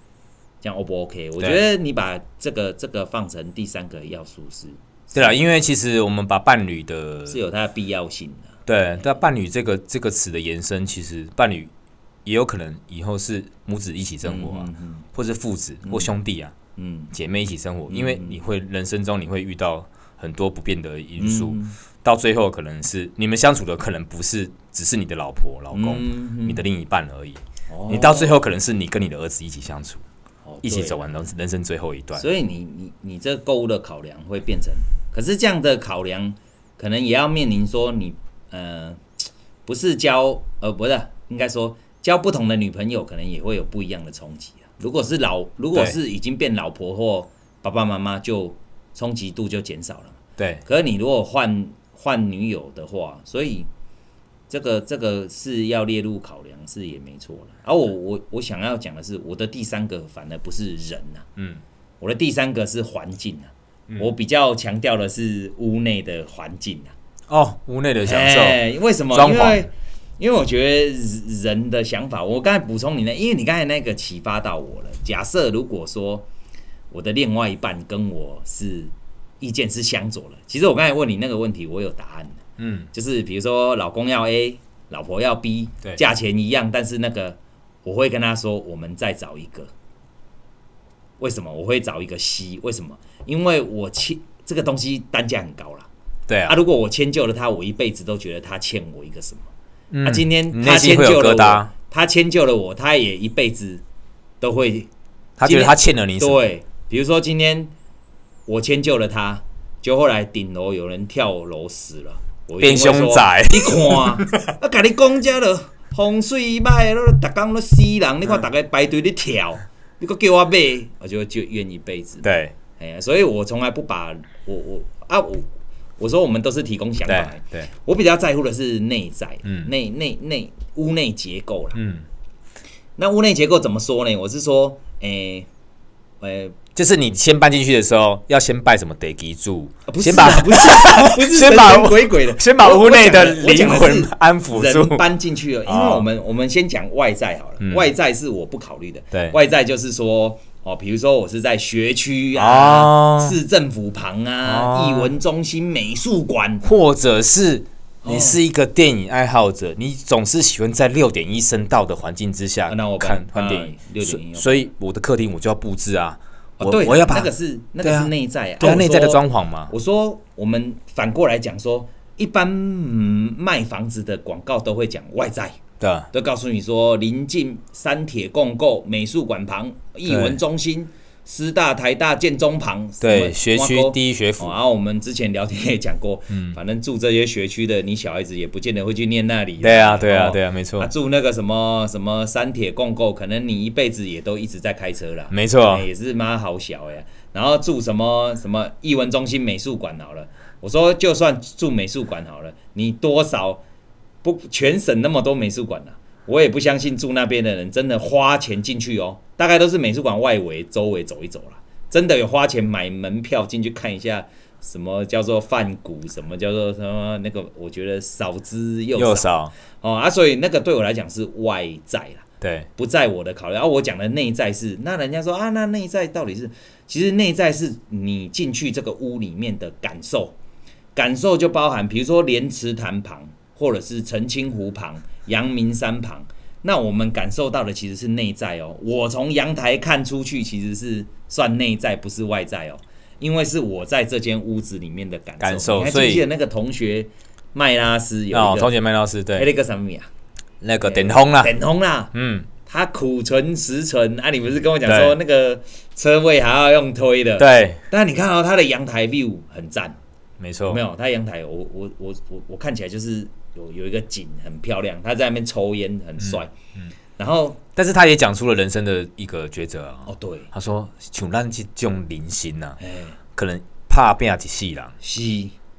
A: 这样 O 不 OK？我觉得你把这个这个放成第三个要素是啊
B: 对了，因为其实我们把伴侣的
A: 是有它的必要性的，
B: 对，但伴侣这个这个词的延伸，其实伴侣也有可能以后是母子一起生活啊，或是父子或兄弟啊、
A: 嗯。
B: 姐妹一起生活，因为你会人生中你会遇到很多不变的因素，
A: 嗯
B: 到最后可能是你们相处的可能不是只是你的老婆、
A: 嗯
B: 老公、你的另一半而已，你到最后可能是你跟你的儿子一起相处，
A: 哦
B: 一起走。
A: 对
B: 完人人生最后一段。
A: 所以你你你这购物的考量会变成，可是这样的考量，可能也要面临说你呃，不是交呃不是，应该说交不同的女朋友，可能也会有不一样的冲击啊。如果是老，如果
B: 对
A: 是已经变老婆或爸爸妈妈，就冲击度就减少了嘛。
B: 对，
A: 可是你如果换换女友的话，所以这个这个是要列入考量，是也没错了。而、我我我想要讲的是，我的第三个反而不是人啊呐、
B: 嗯，
A: 我的第三个是环境啊，我比较强调的是屋内的环境啊。
B: 哦，屋内的享受，
A: 哎为什么？
B: 装
A: 因
B: 潢
A: 为因为我觉得人的想法，我刚才补充你呢，因为你刚才那个启发到我了。假设如果说我的另外一半跟我是意见是相左了，其实我刚才问你那个问题，我有答案的，
B: 嗯，
A: 就是比如说老公要 A，老婆要 B，
B: 对
A: 价钱一样，但是那个我会跟他说，我们再找一个。为什么我会找一个 C？为什么？因为我切这个东西单价很高啦。
B: 对
A: 啊，
B: 啊，
A: 如果我迁就了他，我一辈子都觉得他欠我一个什么。
B: 嗯
A: 啊，今天
B: 你
A: 他
B: 内
A: 迁
B: 心会有
A: 就了
B: 疙瘩
A: 我，，他迁就了我，他也一辈子都会
B: 他觉得他欠了你什么？
A: 对。比如说今天我迁就了他，就后来顶楼有人跳楼死了，我一定
B: 变
A: 会说
B: 凶宅
A: 你 看，啊，甲你讲遮了，风水歹，了，逐工都死人，你
B: 嗯
A: 看大家排队咧跳，你佫叫我买，我就就怨一辈子。
B: 对
A: 哎呀，所以我从来不把我我啊我我说我们都是提供想
B: 对
A: 法，
B: 对，
A: 我比较在乎的是内在，
B: 嗯
A: 内内内屋内结构啦。
B: 嗯，
A: 那屋内结构怎么说呢？我是说，诶、诶、
B: 就是你先搬进去的时候，要先拜什么得基柱，
A: 啊不是
B: 先
A: 啊
B: 把
A: 不是 啊不是
B: 先把
A: 神神鬼鬼的，
B: 先把
A: 我
B: 屋内的
A: 我讲
B: 灵
A: 的
B: 魂
A: 是
B: 安抚
A: 人
B: 住。
A: 搬进去了，因为
B: 哦
A: 我们我们先讲外在好了，
B: 嗯
A: 外在是我不考虑的，
B: 对
A: 外在就是说。哦，比如说我是在学区啊、
B: 哦
A: 市政府旁啊、
B: 哦
A: 艺、文中心、美术馆，
B: 或者是你是一个电影爱好者，你总是喜欢在六点一声道的环境之下
A: 啊那我搬
B: 看看电
A: 啊
B: 影，
A: 6.1
B: 所
A: 要搬
B: 所以我的客厅我就要布置啊，
A: 哦
B: 我
A: 对，
B: 我要把
A: 那个是那
B: 对
A: 个
B: 啊
A: 是内在啊，
B: 对啊
A: 我
B: 内在的
A: 说
B: 装潢嘛，
A: 我说，我们反过来讲说，一般嗯卖房子的广告都会讲外在，
B: 对啊
A: 都告诉你说临近三铁共购、美术馆旁、艺文中心、师大、台大、建中旁，
B: 对学区
A: 一。
B: 第一学
A: 哦，
B: 府嗯
A: 然后我们之前聊天也讲过，反正住这些学区的，你小孩子也不见得会去念那里啦。
B: 对啊对
A: 哦
B: 啊对啊没错
A: 啊住那个什么什么三铁共购，可能你一辈子也都一直在开车啦。
B: 没错
A: 哎，也是妈好小哎、然后住什么什么艺文中心美术馆好了，我说就算住美术馆好了，你多少不全省那么多美术馆呢、我也不相信住那边的人真的花钱进去哦，大概都是美术馆外围周围走一走啦，真的有花钱买门票进去看一下。什么叫做饭谷？什么叫做什么那个？我觉得少之又少
B: 又少
A: 哦啊，所以那个对我来讲是外在啦。
B: 对
A: 不在我的考虑。而、我讲的内在是，那人家说啊，那内在到底是？其实内在是你进去这个屋里面的感受，感受就包含，比如说莲池潭旁，或者是澄清湖旁、阳明山旁。那我们感受到的其实是内在哦。我从阳台看出去，其实是算内在，不是外在哦。因为是我在这间屋子里面的感受。
B: 感受
A: 你还
B: 所
A: 记
B: 以
A: 不记得那个同学麦拉斯有一啊
B: 哦，
A: 个、
B: 同学麦老师
A: 哎
B: 对
A: 那个什么呀？
B: 那个点通啦，
A: 等同啦，
B: 嗯，
A: 他苦存实存啊！你不是跟我讲
B: 对
A: 说那个车位还要用推的？。
B: 对，
A: 但你看到、哦、它的阳台 view 很赞，
B: 没
A: 有
B: 错
A: 没，有？它阳台我我我我我看起来就是有有一个景很漂亮，他在那边抽烟很帅、
B: 嗯
A: 然后
B: 但是他也讲出了人生的一个抉择啊。
A: 哦对，
B: 他说，像咱这种零星呐、啊，
A: 哎、
B: 可能怕变一细啦，
A: 是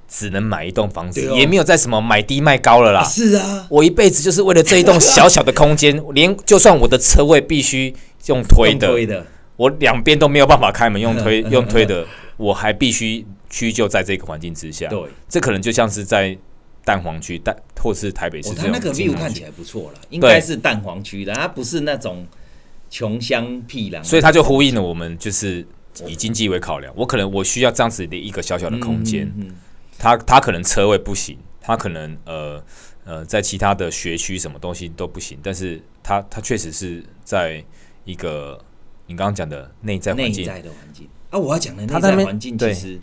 B: 只能买一栋房子，
A: 对哦
B: 也没有在什么买低卖高了啦。
A: 啊是啊，
B: 我一辈子就是为了这一栋小小的空 间，连就算我的车位必须用推
A: 用
B: 的，
A: 推的，嗯
B: 我两边都没有办法开门用推用推的，我还必须屈就在这个环境之下。
A: 对。
B: 这可能就像是在蛋黄区、蛋或是台北市
A: 哦，他
B: 这种
A: 那个
B: 金
A: view
B: 融
A: 看
B: 区
A: 起来不错了，应该是蛋黄区的，它不是那种穷乡僻壤。
B: 所以它就呼应了我们就是以经济为考量，我可能我需要这样子的一个小小的空间，
A: 嗯嗯嗯
B: 它它可能车位不行，它可能呃呃在其他的学区什么东西都不行，但是它它确实是在一个你刚刚讲的内在环
A: 内
B: 境，
A: 在的环境啊，我要讲的内
B: 他在那
A: 在
B: 边
A: 环境其
B: 对
A: 实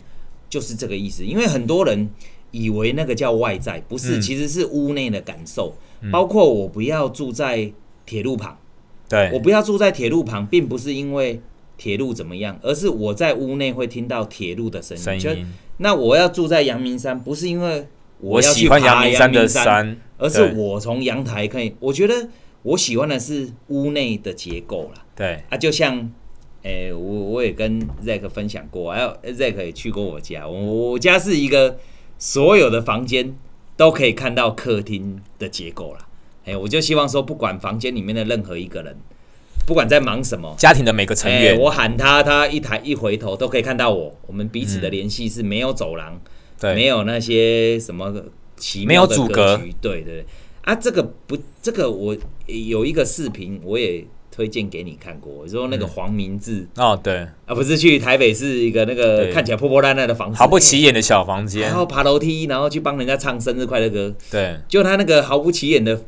A: 就是这个意思，因为很多人以为那个叫外在，不是，
B: 嗯
A: 其实是屋内的感受，包括我不要住在铁路旁，我
B: 对
A: 不要住在铁路旁，并不是因为铁路怎么样，而是我在屋内会听到铁路的声音。
B: 声
A: 就
B: 音，
A: 那我要住在阳明山，不是因为
B: 我
A: 要
B: 喜
A: 去
B: 欢
A: 爬
B: 明
A: 山
B: 的
A: 山。
B: 山，
A: 而是
B: 对
A: 我从阳台可以，我觉得我喜欢的是屋内的结构啦。
B: 对
A: 啊，就像，诶、我我也跟 Zack 分享过，还有呃 Zack 也去过我家，我我家是一个所有的房间都可以看到客厅的结构啦。哎、我就希望说，不管房间里面的任何一个人，不管在忙什么。
B: 家庭的每个成
A: 哎、
B: 员，
A: 我喊他，他一抬一回头都可以看到我。我们彼此的联系是没有走廊，没
B: 嗯对
A: 有那些什么奇
B: 没有
A: 妙的
B: 阻
A: 格
B: 隔
A: 局，对对对啊，这个不，这个我有一个视频，我也推荐给你看过，我说那
B: 嗯
A: 个黄明志、
B: 哦对，
A: 啊，不是去台北市一个那个
B: 对
A: 看起来破破烂烂的房子，
B: 毫不起眼的小房间
A: 然，后爬楼梯，然后去帮人家唱生日快乐歌，
B: 对
A: 就他那个毫不起眼的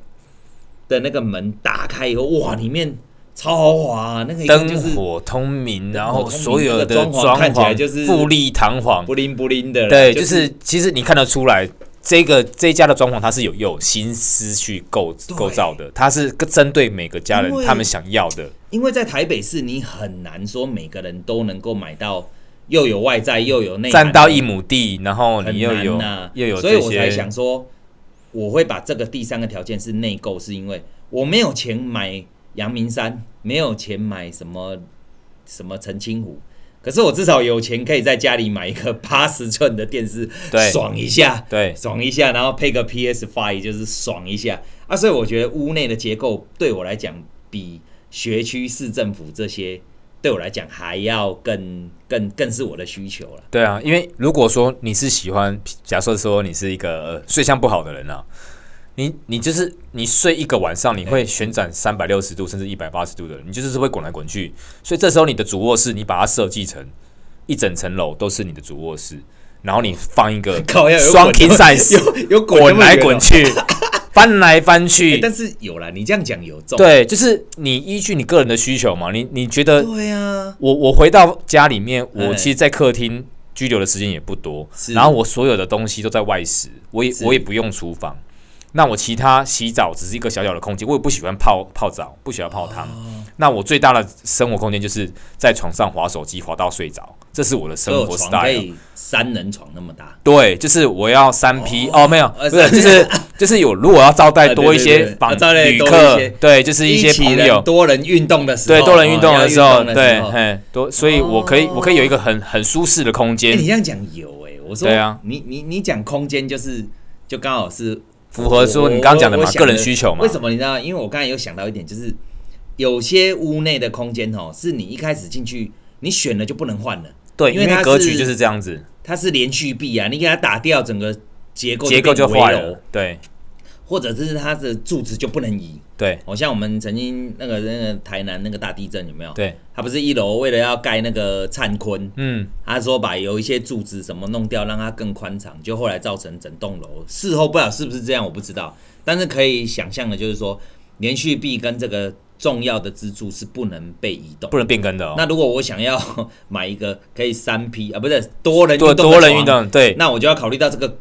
A: 的那个门打开以后，哇，里面超豪华、那个一看
B: 灯
A: 就是
B: 火通明，然
A: 火
B: 后
A: 通明
B: 所有
A: 那个
B: 的
A: 装潢
B: 装
A: 看起来
B: 潢
A: 就是
B: 富丽堂皇，
A: 布灵布灵的啦，
B: 对，
A: 就
B: 就是其实你看得出来，这个这一家的装潢它是有有心思去构
A: 对
B: 构造的，它是针对每个家人
A: 因为
B: 他们想要的，
A: 因为在台北市，你很难说每个人都能够买到又有外在又有内涵
B: 占
A: 的
B: 到一亩地，然后
A: 很
B: 你又
A: 难
B: 有
A: 呐
B: 又有
A: 所以
B: 这
A: 我才
B: 些
A: 想，说，我会把这个第三个条件是内购，是因为我没有钱买阳明山，没有钱买什么什么澄清湖。可是我至少有钱可以在家里买一个八十寸的电视，
B: 对
A: 爽一下，
B: 对
A: 爽一下，然后配个 PS Five 就是爽一下啊！所以我觉得屋内的结构对我来讲，比学区、市政府这些对我来讲还要更更更是我的需求 了。
B: 对啊，因为如果说你是喜欢，假设说你是一个、呃睡相不好的人啊。你你就是你睡一个晚上，你会旋转三百六十度甚至一百八十度的人，你就是会滚来滚去。所以这时候你的主卧室，你把它设计成一整层楼都是你的主卧室，然后你放一个
A: 靠要有
B: 双
A: 滚
B: king size，
A: 哦 有有滚那
B: 滚
A: 么
B: 来
A: 远哦
B: 滚去，翻来翻
A: 欸
B: 去。
A: 但是有啦，你这样讲有中。
B: 对，就是你依据你个人的需求嘛，你你觉得
A: 对啊，
B: 我我回到家里面，
A: 哎
B: 我其实，在客厅居留的时间也不多，
A: 是
B: 然后我所有的东西都在外食，我也
A: 是
B: 我也不用厨房。那我其他洗澡只是一个小小的空间，我也不喜欢泡泡澡，不喜欢泡汤。
A: 哦
B: 那我最大的生活空间就是在床上划手机，划到睡着，这是我的
A: 所以
B: 生
A: 我
B: 活
A: 床可
B: style。
A: 以三人床那么大，
B: 对，就是我要三 P
A: 哦
B: 哦，没有，
A: 呃
B: 不是，
A: 是
B: 就是 就是有，如果要招待
A: 呃
B: 多一
A: 对对
B: 些
A: 对
B: 访
A: 要招待
B: 旅
A: 多一
B: 客
A: 些，
B: 对，就是一些
A: 起
B: 朋
A: 人
B: 友，
A: 多人运动的时候，
B: 对，多人运动
A: 哦
B: 的时
A: 要
B: 候，
A: 运动
B: 对，
A: 候
B: 嘿，多，所以我可以我可以有一个很很舒适的空
A: 欸哦你
B: 间，
A: 这样讲有哎，我说
B: 对啊
A: 你你你讲空间就是就刚好是
B: 符合说
A: 我
B: 你刚刚讲的
A: 我
B: 嘛，
A: 我想
B: 个人需求嘛
A: 为，什么你知道？因为我刚才有想到一点，就是有些屋内的空间哦，是你一开始进去你选了就不能换了，
B: 对，
A: 因为
B: 因
A: 它
B: 为格局
A: 是
B: 就是这样子，
A: 它是连续壁啊，你给它打掉，整个结构
B: 结构就
A: 变
B: 坏
A: 围楼
B: 了，，对
A: 或者是它的柱子就不能移。
B: 对
A: 哦，像我们曾经那个那个台南那个大地震有没有？，
B: 对，
A: 他不是一楼为了要盖那个灿坤，
B: 嗯，
A: 他说把有一些柱子什么弄掉，让它更宽敞，就后来造成整栋楼。事后不知道是不是这样，我不知道，但是可以想象的就是说，连续壁跟这个重要的支柱是不能被移动。
B: 不能变更的哦，
A: 那如果我想要买一个可以三 P 啊，不是多人
B: 多
A: 运动的
B: 多人运
A: 床，
B: 动，对
A: 那我就要考虑到这个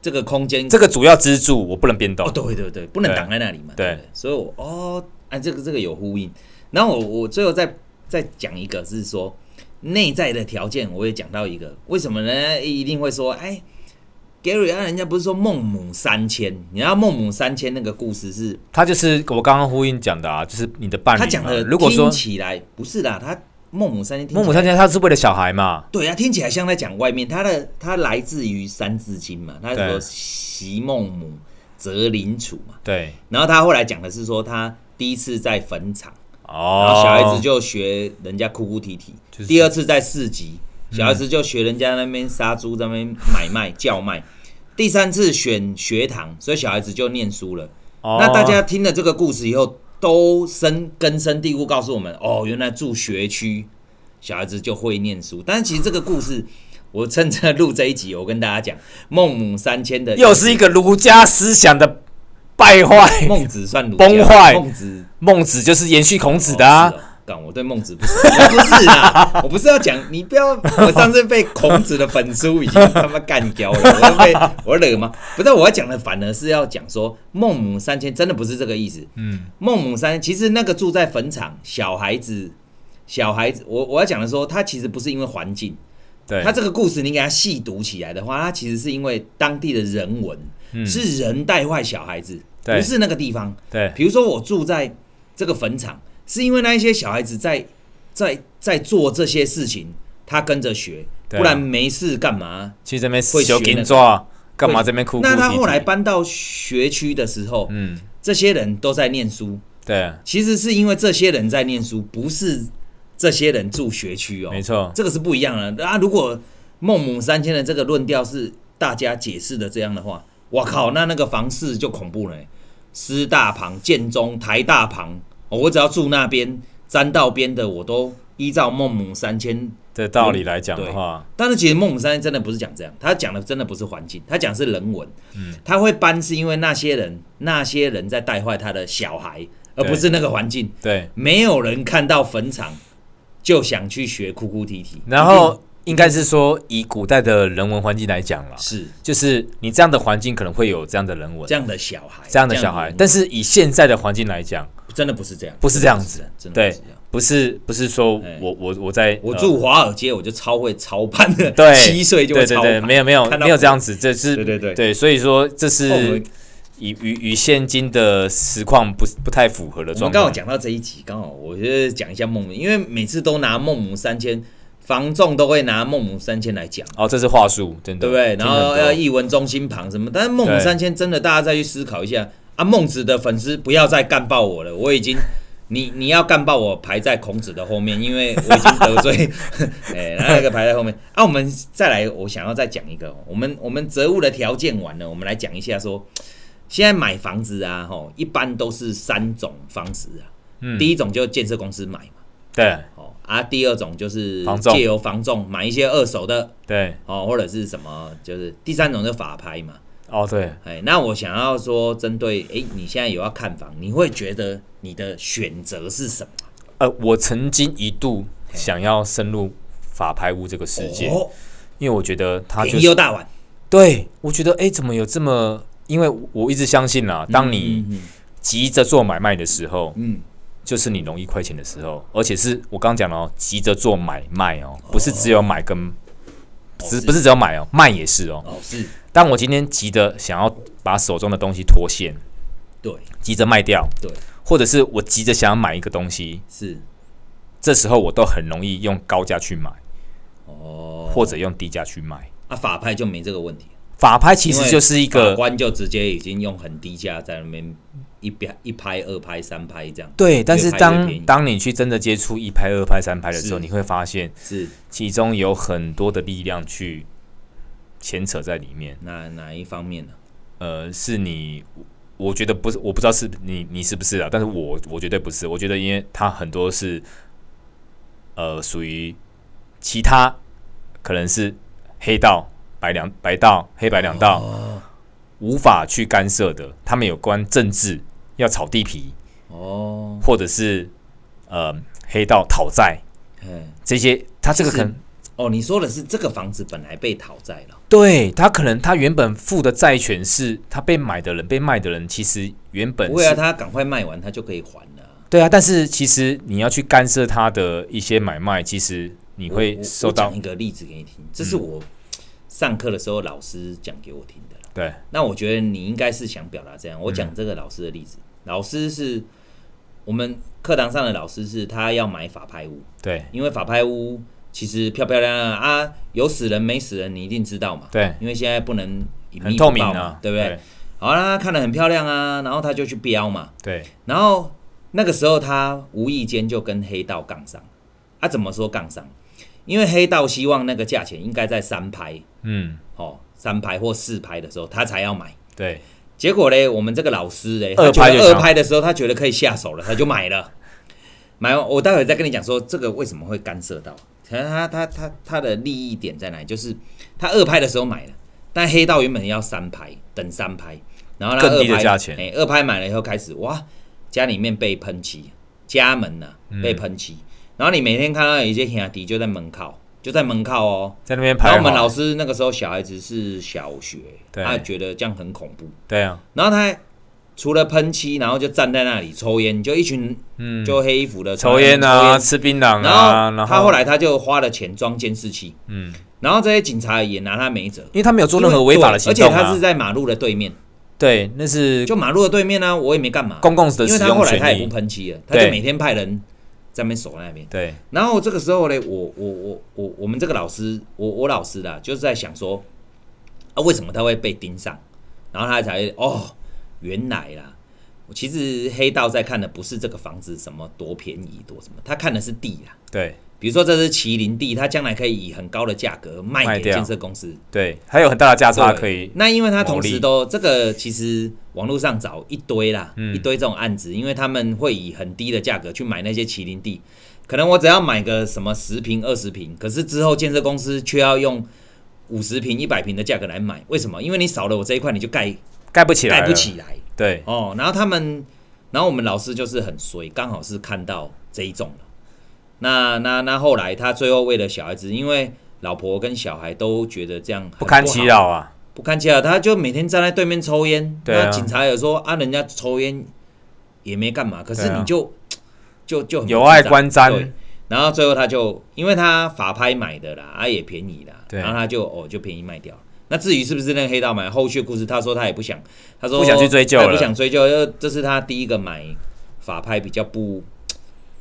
A: 这个空间
B: 这个主要支柱我不能变动
A: 哦，。对对对，不能挡在那里嘛。
B: 对
A: 不，所以我哦，哎，这个这个有呼应。然后我我最后再再讲一个，是说内在的条件，我也讲到一个，为什么呢？一定会说，哎，Gary 啊，人家不是说孟母三迁？你知道孟母三迁那个故事是，
B: 他就是我刚刚呼应讲的啊，就是你的伴侣嘛。
A: 他讲的，
B: 如果说
A: 听起来不是啦，他孟母三迁，
B: 孟母三。迁，他是为了小孩嘛，
A: 对啊，听起来像在讲外面，它的它来自于《三字经》嘛，它
B: 对
A: 说“习孟母，择邻处”嘛，
B: 对，
A: 然后他后来讲的是说，他第一次在坟场，
B: 哦，
A: 然后小孩子就学人家哭哭啼啼；
B: 就是
A: 第二次在市集，小孩子就学人家那边杀猪、在那边买卖、叫卖；第三次选学堂，所以小孩子就念书了。
B: 哦
A: 那大家听了这个故事以后，都深根深蒂固告诉我们，哦，原来住学区，小孩子就会念书。但是其实这个故事，我趁着录这一集，我跟大家讲，孟母三迁的
B: 又是一个儒家思想的败坏。
A: 孟子算儒家
B: 崩坏
A: 孟子。
B: 孟子就是延续孔子的啊
A: 哦。是哦干，我对孟子不 是，我不是啦，我不是要讲，你不要，我上次被孔子的本书已经他妈干掉了，我都被我惹吗？不是，我要讲的反而是要讲说孟母三迁真的不是这个意思。嗯，孟母三迁其实那个住在坟场小孩子，小孩子，我我要讲的说，他其实不是因为环境，
B: 对
A: 他，这个故事你给他细读起来的话，他其实是因为当地的人文，是人带坏小孩子，
B: 嗯对
A: 不是那个地方。
B: 对，
A: 比如说我住在这个坟场，是因为那一些小孩子在在在做这些事情，他跟着学，
B: 对
A: 不
B: 啊
A: 然没事干嘛？
B: 去这边
A: 会学
B: 修
A: 那
B: 金
A: 个
B: 抓，干嘛这边哭哭啼啼？
A: 那他后来搬到学区的时候，
B: 嗯，
A: 这些人都在念书，
B: 对，
A: 其实是因为这些人在念书，不是这些人住学区哦。
B: 没错，
A: 这个是不一样的。啊，如果孟母三迁的这个论调是大家解释的这样的话，我靠，那那个房市就恐怖了欸、师大旁、建中、台大旁，哦我只要住那边、沾到边的，我都依照孟母三迁。
B: 这道理来讲的
A: 对
B: 话，
A: 但是其实孟母三迁真的不是讲这样，他讲的真的不是环境，他讲的是人文。嗯，他会搬是因为那些人，那些人在带坏他的小孩，而不是那个环境。
B: 对。
A: 没有人看到坟场就想去学哭哭啼啼，
B: 然
A: 一定
B: 后应该是说，以古代的人文环境来讲啦，
A: 是
B: 就是你这样的环境可能会有这样的人文，
A: 这样的小孩，
B: 这样的小孩。
A: 人
B: 但是以现在的环境来讲，
A: 真的不是这样，
B: 不是这样子
A: 真的不
B: 对
A: 是这样。，
B: 不是不是说
A: 哎
B: 我我我在
A: 我
B: 呃
A: 住华尔街，我就超会操盘的，
B: 对
A: 七岁就会
B: 对对
A: 操
B: 对，
A: 盘，
B: 没有没有
A: 看到
B: 没有这样子，这是
A: 对对对
B: 对，所以说这
A: 哦。我们
B: 是与与与现今的实况不不太符合的
A: 我
B: 状
A: 们刚好
B: 况。
A: 讲到这一集，刚好我就是讲一下孟母，因为每次都拿孟母三迁，房仲都会拿孟母三迁来讲，
B: 哦，这是话术，真的
A: 对不对？
B: 嗯听
A: 然后
B: 很多
A: 要译文中心旁什么，但是孟母
B: 对
A: 三迁真的，大家再去思考一下啊。孟子的粉丝不要再干爆我了，我已经。你你要干爆我排在孔子的后面，因为我已经得 罪，哎、那个排在后面啊。我们再来，我想要再讲一个哦，我们我们择物的条件完了，我们来讲一下说，现在买房子啊，吼，一般都是三种方式啊。
B: 嗯
A: 第一种就建设公司买嘛，
B: 对
A: 哦啊，第二种就是
B: 房仲
A: 借由房仲买一些二手的，
B: 对
A: 哦，或者是什么，就是第三种就是法拍嘛。
B: 哦对，
A: 哎，那我想要说，针对哎，你现在有要看房，你会觉得你的选择是什么？
B: 呃，我曾经一度想要深入法拍屋这个世界，
A: 哦，
B: 因为我觉得它就
A: 便宜哦
B: 是
A: 又大碗，
B: 对我觉得哎，怎么有这么？因为我一直相信啦，当你
A: 嗯
B: 急着做买卖的时候，
A: 嗯，
B: 就是你容易亏钱的时候，而且是我刚讲了哦，急着做买卖哦，不是只有买跟，只
A: 哦是
B: 不是只有买哦，卖也是哦。
A: 哦是，
B: 当我今天急着想要把手中的东西脱线，
A: 对
B: 急着卖掉，
A: 对
B: 或者是我急着想要买一个东西，
A: 是，
B: 这时候我都很容易用高价去买，
A: 哦，
B: 或者用低价去卖。
A: 啊法拍就没这个问题，
B: 法拍其实就是一
A: 法
B: 个
A: 官就直接已经用很低价在那边一拍一拍二拍三拍这样，
B: 对，但
A: 越
B: 是
A: 拍越
B: 当
A: 便宜
B: 当你去真的接触一拍、二拍、三拍的时候，
A: 是
B: 你会发现
A: 是
B: 其中有很多的力量去牵扯在里面。
A: 哪哪一方面呢、
B: 呃，是你，我觉得不是，我不知道是你你是不是啊，但是我我绝对不是，我觉得因为它很多是，呃，属于其他可能是黑道、白两白道、黑白两道、
A: 哦
B: 无法去干涉的，他们有关政治要炒地皮，
A: 哦，
B: 或者是呃黑道讨债
A: 嘿，
B: 这些，他这个
A: 其
B: 可
A: 实
B: 能
A: 哦，你说的是这个房子本来被讨债了，
B: 对他可能他原本付的债权是他被买的人被卖的人，其实原本
A: 不会啊，
B: 是
A: 他赶快卖完，他就可以还了啊。
B: 对啊，但是其实你要去干涉他的一些买卖，其实你会
A: 我
B: 受
A: 我
B: 到嗯
A: 讲一个例子给你听，这是我上课的时候老师讲给我听的啦。
B: 对
A: 那我觉得你应该是想表达这样，我
B: 嗯
A: 讲这个老师的例子，老师是我们课堂上的老师是他要买法拍屋，
B: 对
A: 因为法拍屋其实漂漂亮亮啊，有死人没死人你一定知道嘛，
B: 对，
A: 因为现在不能隐
B: 很
A: 秘
B: 透
A: 不
B: 明
A: 报嘛，
B: 啊，
A: 对不对？好啦，看得很漂亮啊，然后他就去标嘛，
B: 对？对，
A: 然后那个时候他无意间就跟黑道杠上，啊，怎么说杠上？因为黑道希望那个价钱应该在三拍，
B: 嗯，
A: 哦，三拍或四拍的时候他才要买。
B: 对，
A: 结果嘞，我们这个老师嘞，
B: 二
A: 他觉
B: 拍就
A: 得二
B: 想
A: 拍的时候，他觉得可以下手了，他就买了。买完，我待会再跟你讲说这个为什么会干涉到，可能他他他他的利益点在哪里？就是他二拍的时候买了，但黑道原本要三拍，等三拍，然后他
B: 更
A: 二
B: 低的
A: 拍
B: 价钱
A: 哎、二拍买了以后开始哇，家里面被喷漆，家门呐、
B: 嗯
A: 被喷漆，然后你每天看到有一些兄弟就在门口，就在门口哦。
B: 在那边
A: 然
B: 排
A: 后我们
B: 好
A: 老师那个时候小孩子是小学，
B: 对
A: 他觉得这样很恐怖，
B: 对啊，
A: 然后他还除了喷漆，然后就站在那里抽烟，就一群
B: 嗯，
A: 就黑衣服的
B: 抽烟啊，
A: 抽
B: 吃槟榔
A: 烟
B: 啊，
A: 然
B: 然
A: 后他后来他就花了钱装监视器，
B: 嗯，
A: 然后这些警察也拿他没辙，
B: 因为他没有做任何违法的行
A: 因为
B: 动
A: 对而且他
B: 啊
A: 是，在马路的对面，
B: 对，那是
A: 就马路的对面呢、啊，我也没干嘛，
B: 公共的
A: 因为
B: 使
A: 他后
B: 用
A: 来他
B: 权
A: 也不
B: 利，
A: 喷漆了，他
B: 对
A: 就每天派人在那边守在那边。
B: 对
A: 然后这个时候呢，我我我我我们这个老师，我我老师啦，就是在想说，啊，为什么他会被盯上？然后他才会哦，原来啦，我其实黑道在看的不是这个房子什么多便宜多什么，他看的是地啦。
B: 对
A: 比如说这是麒麟地，他将来可以以很高的价格卖
B: 卖
A: 给
B: 掉
A: 建设公司，
B: 对，还有很大的价差
A: 对
B: 可以，
A: 那因为他同
B: 牟利
A: 时都这个，其实网络上找一堆啦，
B: 嗯
A: 一堆这种案子，因为他们会以很低的价格去买那些麒麟地，可能我只要买个什么十平、二十平，可是之后建设公司却要用五十平、一百平的价格来买，为什么？因为你少了我这一块，你就盖
B: 盖不起来，
A: 盖不，起来
B: 对
A: 哦。然后他们，然后我们老师就是很衰，刚好是看到这一种了。那那那后来他最后为了小孩子，因为老婆跟小孩都觉得这样很
B: 不堪
A: 好
B: 其扰啊，
A: 不看起来，他就每天站在对面抽烟。
B: 对啊
A: 那警察也说啊，人家抽烟也没干嘛，可是
B: 对啊
A: 你就、就就很
B: 有碍
A: 智障
B: 观瞻
A: 对，然后最后他就，因为他法拍买的啦，啊也便宜啦，
B: 对
A: 然后他就哦就便宜卖掉了。那至于是不是那个黑道买，后续故事他说他也不想，他说
B: 不想去追究
A: 他
B: 了
A: 也不想追究，因为这是他第一个买法拍比较不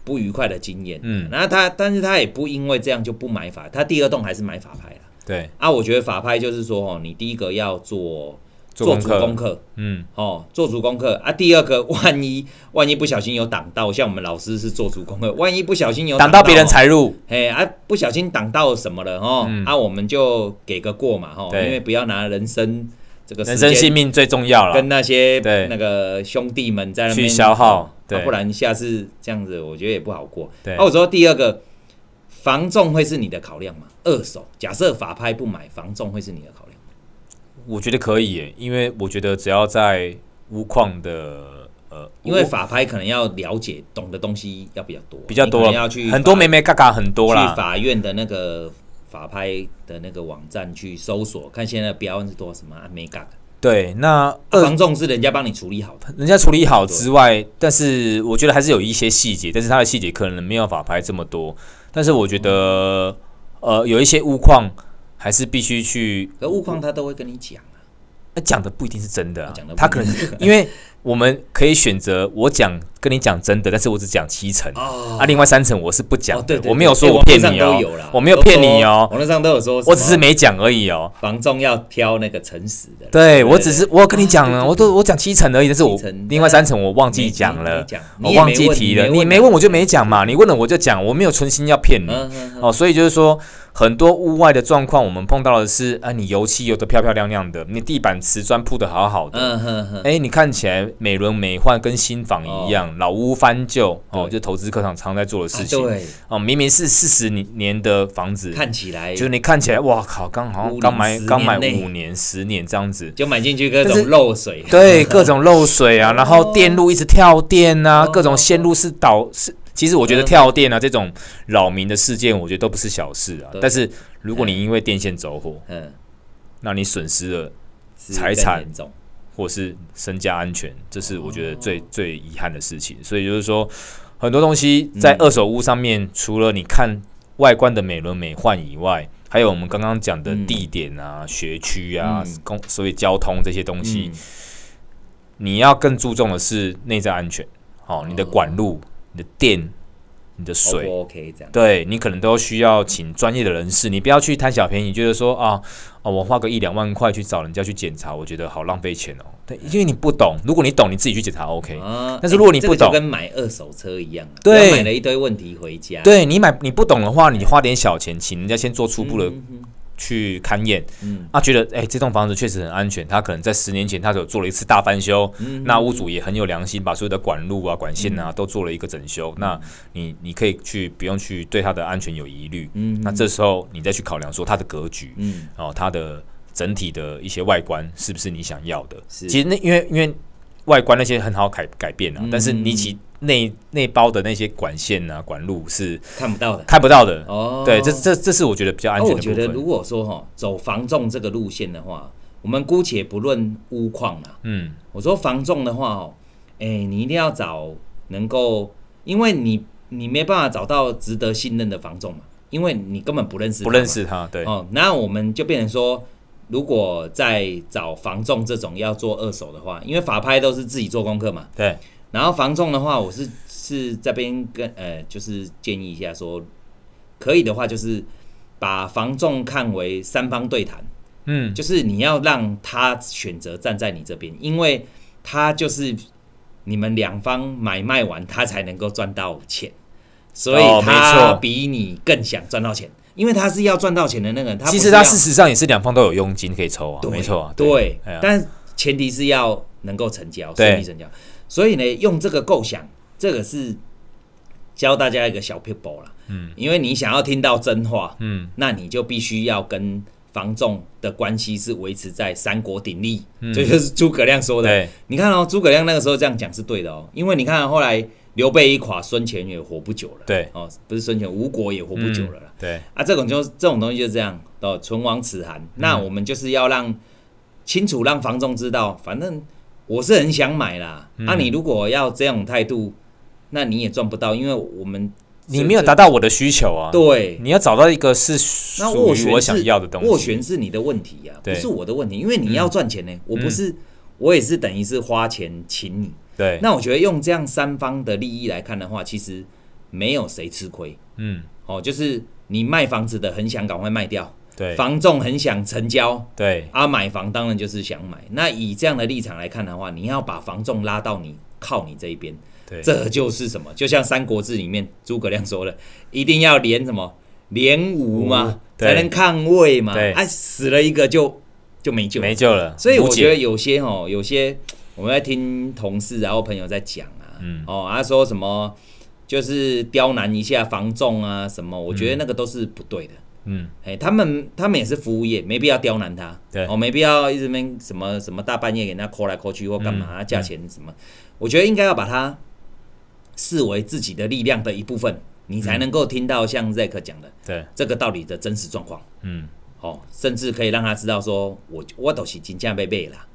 A: 不愉快的经验。
B: 嗯
A: 然后他但是他也不因为这样就不买法，他第二栋还是买法拍了。
B: 对，
A: 啊，我觉得法拍就是说，哦，你第一个要做
B: 做功
A: 足
B: 课
A: 功课，
B: 嗯，
A: 哦，做足功课啊。第二个，万一万一不小心有挡到，像我们老师是做足功课，万一不小心有
B: 挡到别人
A: 哦，
B: 财路，
A: 哎啊，不小心挡到什么了哦，
B: 嗯
A: 啊，我们就给个过嘛，哦，
B: 对
A: 因为不要拿人生这个时
B: 人生
A: 间
B: 性命最重要了
A: 跟，那些
B: 对
A: 那个兄弟们在那
B: 去
A: 边
B: 消耗，
A: 啊
B: 对，
A: 不然下次这样子，我觉得也不好过。
B: 对
A: 啊，我说第二个，房仲会是你的考量吗？二手，假设法拍不买，房仲会是你的考量吗。
B: 我觉得可以耶，因为我觉得只要在钨矿的呃，
A: 因为
B: 钨
A: 法拍可能要了解懂的东西要比较多，
B: 比较
A: 你
B: 多
A: 可
B: 了，
A: 能要去
B: 很多
A: 法
B: 妹妹嘎嘎很多
A: 去
B: 啦，
A: 法院的那个法拍的那个网站去搜索，看现在的标案是多少什么啊，没嘎。
B: 对，那
A: 啊、
B: 二、
A: 房仲是人家帮你处理好的，
B: 人家处理好之外，但是我觉得还是有一些细节，但是它的细节可能没有法拍这么多，但是我觉
A: 嗯
B: 得、呃有一些钨矿还是必须去
A: 可物况他都会跟你讲啊。
B: 那讲的不一定是真的、啊
A: 讲得，不
B: 他
A: 一
B: 可
A: 定
B: 能因为我们可以选择我讲跟你讲真的，但是我只讲七成、
A: 哦
B: 啊，另外三成我是不讲的、
A: 哦对对对
B: 我没有说
A: 哎
B: 我
A: 网络
B: 骗
A: 上
B: 你
A: 都
B: 哦、
A: 有啦
B: 我没有骗你
A: 都说
B: 哦、
A: 网络上都有说什么，
B: 我只是没讲而已哦、
A: 房仲要挑那个诚实的人，
B: 对
A: 对
B: 我只是我有跟 你讲了，我都我讲七成而已，但是我
A: 七成
B: 另外三成我忘记
A: 没
B: 讲
A: 没
B: 了
A: 没讲，你
B: 我
A: 也
B: 忘
A: 没
B: 记
A: 问
B: 提
A: 你
B: 了，
A: 没
B: 你
A: 问
B: 没
A: 啊
B: 问我就没讲嘛，你问了我就讲，我没有存心要骗你。
A: 嗯嗯嗯
B: 哦，所以就是说，很多屋外的状况，我们碰到的是啊，你油漆油的漂漂亮亮的，你地板瓷砖铺的好好的，
A: 嗯哼哼，
B: 哎、你看起来美轮美奂，跟新房
A: 哦
B: 一样，老屋翻旧哦，就投资客常常在做的事
A: 啊
B: 情。
A: 对，
B: 哦，明明是四十年的房子，
A: 看起来
B: 就是你看起来，哇靠，刚好像刚买
A: 屋龄
B: 刚买
A: 10年内
B: 五年、十年这 样子。
A: 就买进去各
B: 但
A: 种
B: 是
A: 漏水，
B: 对，各种漏水啊，然后电路一直跳电啊，
A: 哦嗯
B: 各种线路是导是其实我觉得跳电啊这种扰民的事件，我觉得都不是小事啊。但是如果你因为电线走火，
A: 嗯，
B: 那你损失了
A: 是
B: 财
A: 更
B: 产
A: 严重
B: 或是身家安全，这是我觉得
A: 哦
B: 最、最遗憾的事情。所以就是说，很多东西
A: 嗯
B: 在二手屋上面，除了你看外观的美轮美奂以外，还有我们刚刚讲的地点啊、学区啊、
A: 嗯
B: 公所以交通这些东西，
A: 嗯
B: 你要更注重的是内在安全。哦，你的管路、你的电、你的水
A: O 不 OK 这样？
B: 对你可能都需要请专业的人士，你不要去贪小便宜，觉得说啊啊，我花个一两万块去找人家去检查，我觉得好浪费钱哦。对，因为你不懂，如果你懂，你自己去检查 OK。
A: 啊
B: 但是如果你
A: 哎这
B: 不
A: 个就
B: 懂
A: 跟买二手车一样啊，
B: 对
A: 不要买了一堆问题回家。
B: 对你买你不懂的话，你花点小钱，请人家先做初步的
A: 嗯，嗯嗯
B: 去勘验，
A: 嗯
B: 啊，觉得哎、这栋房子确实很安全，他可能在十年前他有做了一次大翻修，
A: 嗯
B: 那屋主也很有良心，把所有的管路啊、管线啊都做了一个整修，
A: 嗯
B: 那你你可以去不用去对它的安全有疑虑，
A: 嗯
B: 那这时候你再去考量说它的格局，
A: 嗯
B: 哦，它的整体的一些外观是不是你想要的？
A: 是
B: 其实那因为因为外观那些很好改改变啊，
A: 嗯
B: 但是你其内内包的那些管线啊、管路是
A: 看不到的。
B: 看不到的。
A: 哦，
B: 对，这这这是我觉得比较安
A: 哦，
B: 全
A: 我
B: 的
A: 觉
B: 部
A: 得
B: 分。
A: 如果说哈、走房仲这个路线的话，我们姑且不论屋况啦，
B: 嗯
A: 我说房仲的话哦，哎，你一定要找能够，因为你你没办法找到值得信任的房仲嘛，因为你根本不认识，
B: 不认。识他，对，
A: 哦，那我们就变成说，如果在找房仲这种要做二手的话，因为法拍都是自己做功课嘛，
B: 对，
A: 然后房仲的话，我是是这边跟呃，就是建议一下说，可以的话就是把房仲看为三方对谈，
B: 嗯，
A: 就是你要让他选择站在你这边，因为他就是你们两方买卖完，他才能够赚到钱，所以
B: 哦没
A: 他
B: 错
A: 比你更想赚到钱，因为他是要赚到钱的那个人。他不
B: 其
A: 是
B: 实他
A: 要
B: 事实上也是两方都有佣金可以抽啊，
A: 对
B: 没错啊，
A: 对
B: 哎呀，
A: 但前提是要能够成交，
B: 对
A: 顺利成交。所以呢，用这个构想，这个是教大家一个小 people 啦。嗯，因为你想要听到真话，
B: 嗯，
A: 那你就必须要跟房仲的关系是维持在三国鼎立，这、就是诸葛亮说的
B: 嗯对。
A: 你看哦，诸葛亮那个时候这样讲是对的哦，因为你看、后来刘备一垮，孙权也活不久了。
B: 对
A: 哦，不是孙权，吴国也活不久了啦。
B: 对，
A: 啊，这种就是这种东西就是这样哦，唇亡齿寒。
B: 嗯
A: 那我们就是要让清楚让房仲知道，反正我是很想买啦。
B: 嗯
A: 那、你如果要这种态度，那你也赚不到，因为我们
B: 你没有达到我的需求啊，
A: 对。
B: 你要找到一个是
A: 那
B: 属
A: 斡
B: 于
A: 旋
B: 我
A: 是
B: 想要的东西，
A: 斡旋是你的问题呀、不
B: 对嗯
A: 是我的问题，因为你要赚钱呢、我不是，我也是等于是花钱请你。
B: 对，
A: 那我觉得用这样三方的利益来看的话，其实没有谁吃亏
B: 嗯，
A: 哦，就是你卖房子的很想赶快卖掉，
B: 对，
A: 房仲很想成交，
B: 对，
A: 啊，买房当然就是想买。那以这样的立场来看的话，你要把房仲拉到你靠你这一边，
B: 对，
A: 这就是什么？就像《三国志》里面诸葛亮说的，一定要连什么连吴嘛，
B: 吴对
A: 才能抗魏嘛。
B: 对
A: 啊，死了一个就就没救了。
B: 没救了。
A: 所以我
B: 无解
A: 觉得有些哦，有些我们在听同事然后朋友在讲啊，
B: 嗯
A: 哦，他、说什么就是刁难一下房仲啊什么，我觉得那个都是不对的。
B: 嗯，
A: 哎，他们他们也是服务业，没必要刁难他，
B: 对
A: 哦，没必要一直面什么什么大半夜给人家抠来抠去或干嘛，
B: 嗯
A: 价钱什么，我觉得应该要把它视为自己的力量的一部分，你才能够听到像 Zack 讲的
B: 对，
A: 这个道理的真实状况，
B: 嗯，
A: 哦，甚至可以让他知道说，我我都是金价被背啦，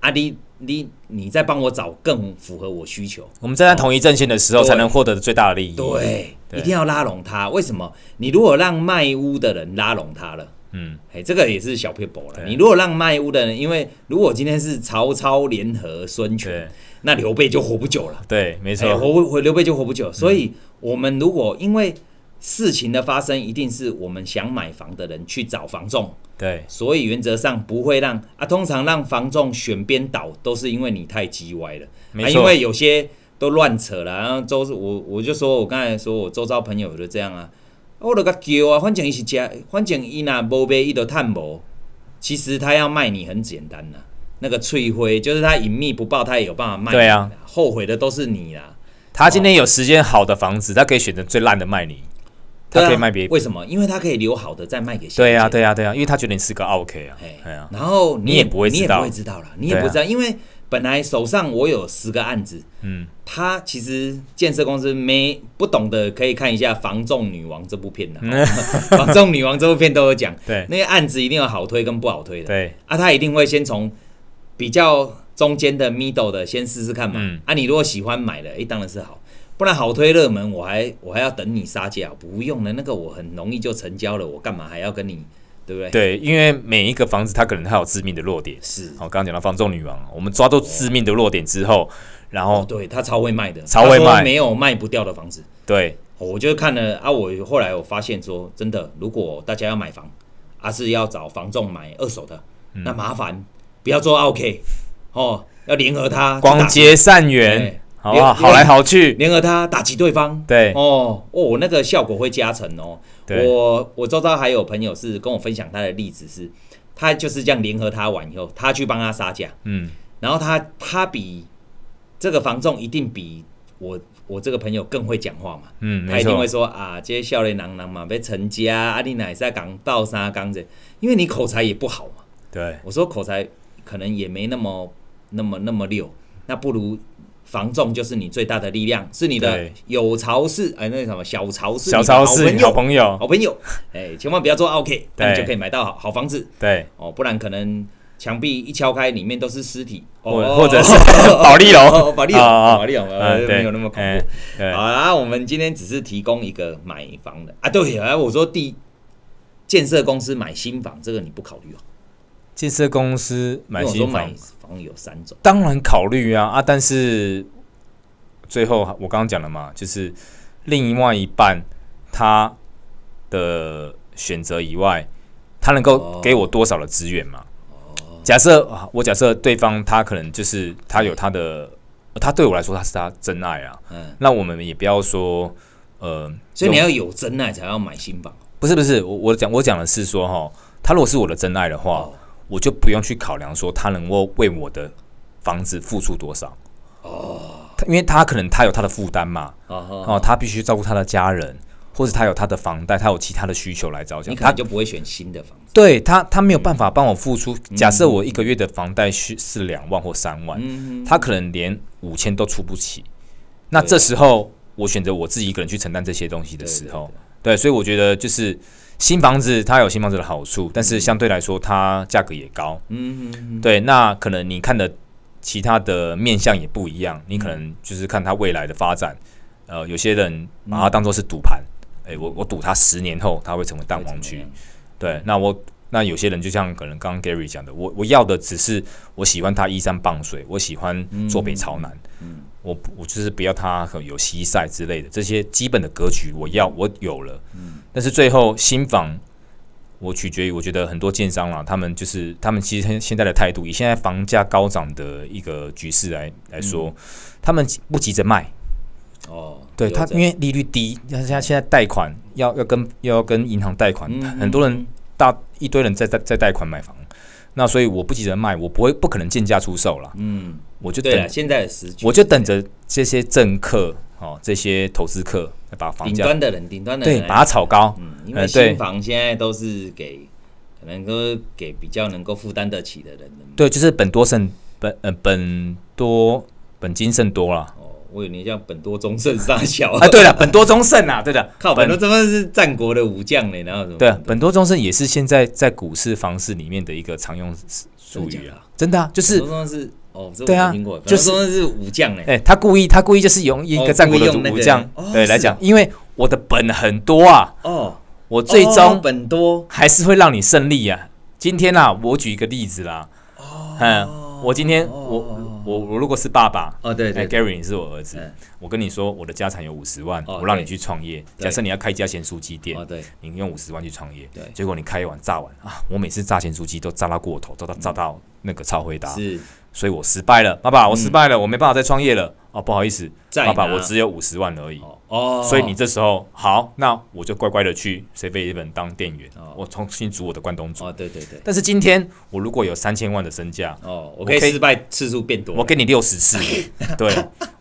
A: 啊你你你再帮我找更符合我需求，
B: 我们站在同一阵线的时候，
A: 对
B: 才能获得最大的利益。
A: 对，
B: 对
A: 一定要拉拢他，为什么？你如果让卖屋的人拉拢他了。
B: 嗯，
A: 哎，这个也是小撇步了。
B: 对
A: 你如果让卖屋的人，因为如果今天是曹操联合孙权
B: 对，
A: 那刘备就活不久了。
B: 对，没
A: 哎，
B: 错，嗯
A: 活活刘备就活不久。所以，我们如果因为事情的发生，一定是我们想买房的人去找房仲，
B: 对，
A: 所以原则上不会让啊，通常让房仲选边倒，都是因为你太叽歪了。
B: 没
A: 啊，
B: 错
A: 因为有些都乱扯了。然后周我我就说我刚才说我周遭朋友有的这样啊，啊我都甲叫啊，反正伊是食，反正伊若无卖，伊就趁无。其实他要卖你很简单呐、那个翠灰就是他隐秘不报，他也有办法卖你啦。
B: 对啊
A: 后悔的都是你啦。
B: 他今天有十间好的房子，他可以选择最烂的卖你。他可以卖别
A: 啊为什么？因为他可以留好的再卖给下一
B: 对呀、啊
A: 届
B: 对呀、对呀、因为他觉得你是个 OK 啊，
A: 哎
B: 哎呀、
A: 然后
B: 你也不会
A: 你也
B: 知道
A: 不会知道了，你也
B: 对啊
A: 不知道，因为本来手上我有十个案子，
B: 嗯，
A: 他其实建设公司没不懂的可以看一下《防仲女王》这部片的，
B: 嗯
A: 《防仲女王》这部片都有讲，
B: 对
A: 那些案子一定有好推跟不好推的，
B: 对，
A: 啊，他一定会先从比较中间的 middle 的先试试看嘛。
B: 嗯
A: 啊，你如果喜欢买了，诶，当然是好。不然好推热门，我还我还要等你杀价，不用了，那个我很容易就成交了，我干嘛还要跟你，对不对？，
B: 对，因为每一个房子它可能它有致命的弱点。
A: 是，
B: 好，刚刚讲到房仲女王，我们抓到致命的弱点之后，然后
A: 对他超会卖的，
B: 哦超会卖
A: 他说没有卖不掉的房子。
B: 对
A: 哦我就看了啊，我后来我发现说，真的，如果大家要买房，啊是要找房仲买二手的，
B: 嗯
A: 那麻烦不要做 OK 哦，要联合他去打
B: 广结善
A: 对
B: 缘，好不
A: 因为
B: 好？好来好去，
A: 联合他打击对方。
B: 对
A: 哦哦，那个效果会加成哦。
B: 对
A: 我我周遭还有朋友是跟我分享他的例子是，他就是这样联合他完以后，他去帮他杀价，
B: 嗯，
A: 然后他他比这个房仲一定比我我这个朋友更会讲话嘛。
B: 嗯
A: 他
B: 没
A: 一定
B: 错
A: 会，说啊，这些少年郎郎嘛，被成家啊，你奶在港倒沙港子，因为你口才也不好嘛。
B: 对
A: 我说口才可能也没那么那么那么溜，那不如防重就是你最大的力量，是你的
B: 对
A: 有巢是哎那什么小巢是你
B: 小
A: 的
B: 超市好
A: 好
B: 朋友，
A: 好朋友，哎千万不要做 OK，那你
B: 对
A: 就可以买到好好房子
B: 对，
A: 哦，不然可能墙壁一敲开里面都是尸体，
B: 或
A: 哦
B: 或者 是
A: 哦
B: 保利
A: 哦
B: 龙，
A: 哦保利龙
B: 啊啊
A: 保利龙
B: 啊
A: 呃
B: 对
A: 没有那么恐怖
B: 哎对
A: 好啊，我们今天只是提供一个买房的啊，对啊，我说第建设公司买新房这个你不考虑哦，
B: 建设公司买
A: 因为我说
B: 新
A: 买
B: 房，
A: 房有三种，
B: 当然考虑啊啊，但是最后我刚刚讲了嘛，就是另外一半他的选择以外，他能
A: 哦
B: 够给我多少的资源嘛？假设啊我假设对方他可能就是他有他的，他对我来说他是他真爱啊，
A: 嗯，
B: 那我们也不要说呃，
A: 所以
B: 用
A: 你要有真爱才要买新房
B: 不是不是，我我讲我讲的是说哈，他如果是我的真爱的话，
A: 哦
B: 我就不用去考量说他能够为我的房子付出多少。哦，因为他可能他有他的负担嘛，
A: 哦，
B: 哦，他必须照顾他的家人，或者他有他的房贷，他有其他的需求来着想。
A: 你可能
B: 他
A: 就不会选新的房子，
B: 对他他没有办法帮我付出。假设我一个月的房贷是是两万或三万，
A: 嗯，
B: 他可能连五千都出不起。那这时候我选择我自己一个人去承担这些东西的
A: 对
B: 时候，，
A: 对对
B: 对，所以我觉得就是新房子它有新房子的好处，但是相对来说它价格也高。
A: 嗯嗯嗯，
B: 对，那可能你看的其他的面相也不一样，你可能就是看它未来的发展。呃，有些人把它当做是赌盘，哎、我我赌它十年后它会成为蛋黄
A: 会
B: 区
A: 怎。么样
B: 对，那我那有些人就像可能刚刚 Gary 讲的，我我要的只是我喜欢他依山傍水，我喜欢坐北朝南，我不我就是不要他有西晒之类的这些基本的格局，我要我有了，但是最后新房。我取决于，我觉得很多建商啦，他们就是他们其实现现在的态度，以现在房价高涨的一个局势来来说，他们不急着卖，
A: 哦，
B: 对
A: 有
B: 他，
A: 这
B: 因为利率低，像像现在贷款要要跟要跟银行贷款，
A: 嗯
B: 很多人大一堆人在在在贷款买房，那所以我不急着卖，我不会不可能贱价出售啦，
A: 嗯，
B: 我就
A: 对了，
B: 等
A: 现在的时局，
B: 我就等着这些政客哦，这些投资客来把房
A: 顶
B: 价
A: 端的人，顶端的人
B: 对
A: 来
B: 把它炒高，
A: 嗯，因
B: 呃
A: 为
B: 对
A: 新房现在都是给可能都给比较能够负担得起的人的嘛。
B: 对，就是本多胜本呃本多本金胜 多啦。
A: 哦，我以为你像本多忠胜杀小
B: 啊， 对了，本多忠胜啊，对的，
A: 靠，本多忠胜是战国的武将嘞，然后什么？
B: 对，啊本多忠胜也是现在在股市、房市里面的一个常用术
A: 真的
B: 语
A: 假的
B: 啊，真的啊，就是
A: 本多忠胜是哦，这我
B: 对啊
A: 没听过，本多
B: 就是
A: 忠胜是武将嘞。
B: 哎、他故意，他故意就是用一个
A: 哦
B: 战国
A: 故
B: 的
A: 意用那
B: 武
A: 个
B: 将、
A: 哦
B: 对
A: 是
B: 来讲，因为我的本很多啊，
A: 哦，
B: 我最
A: 哦
B: 终
A: 本多
B: 还是会让你胜利啊。今天啊，我举一个例子啦，
A: 哦
B: 嗯，我今天我我我如果是爸爸，
A: 哦，对
B: 哎
A: 对，对
B: Gary 你是我儿子，
A: 嗯
B: 我跟你说我的家产有五十万、
A: 哦
B: 我让
A: 对
B: 你去创业。
A: 对
B: 假设你要开一家咸酥鸡店
A: 哦，对，
B: 你用五十万去创业
A: 对，
B: 结果你开完炸完啊，我每次炸咸酥鸡都炸到过头，炸到炸到那个超回答，
A: 嗯是
B: 所以我失败了，爸爸，我失败了，我没办法再创业了。哦，不好意思，
A: 嗯再
B: 爸爸，
A: 拿
B: 我只有五十万而已。
A: 哦，
B: 所以你这时候好，那我就乖乖的去 Seven 本当店员，
A: 哦
B: 我重新组我的关东煮。
A: 哦，对对对，
B: 但是今天我如果有三千万的身价，
A: 哦，我可以
B: 我可以
A: 失败次数变多
B: 我，给你六十 次，对，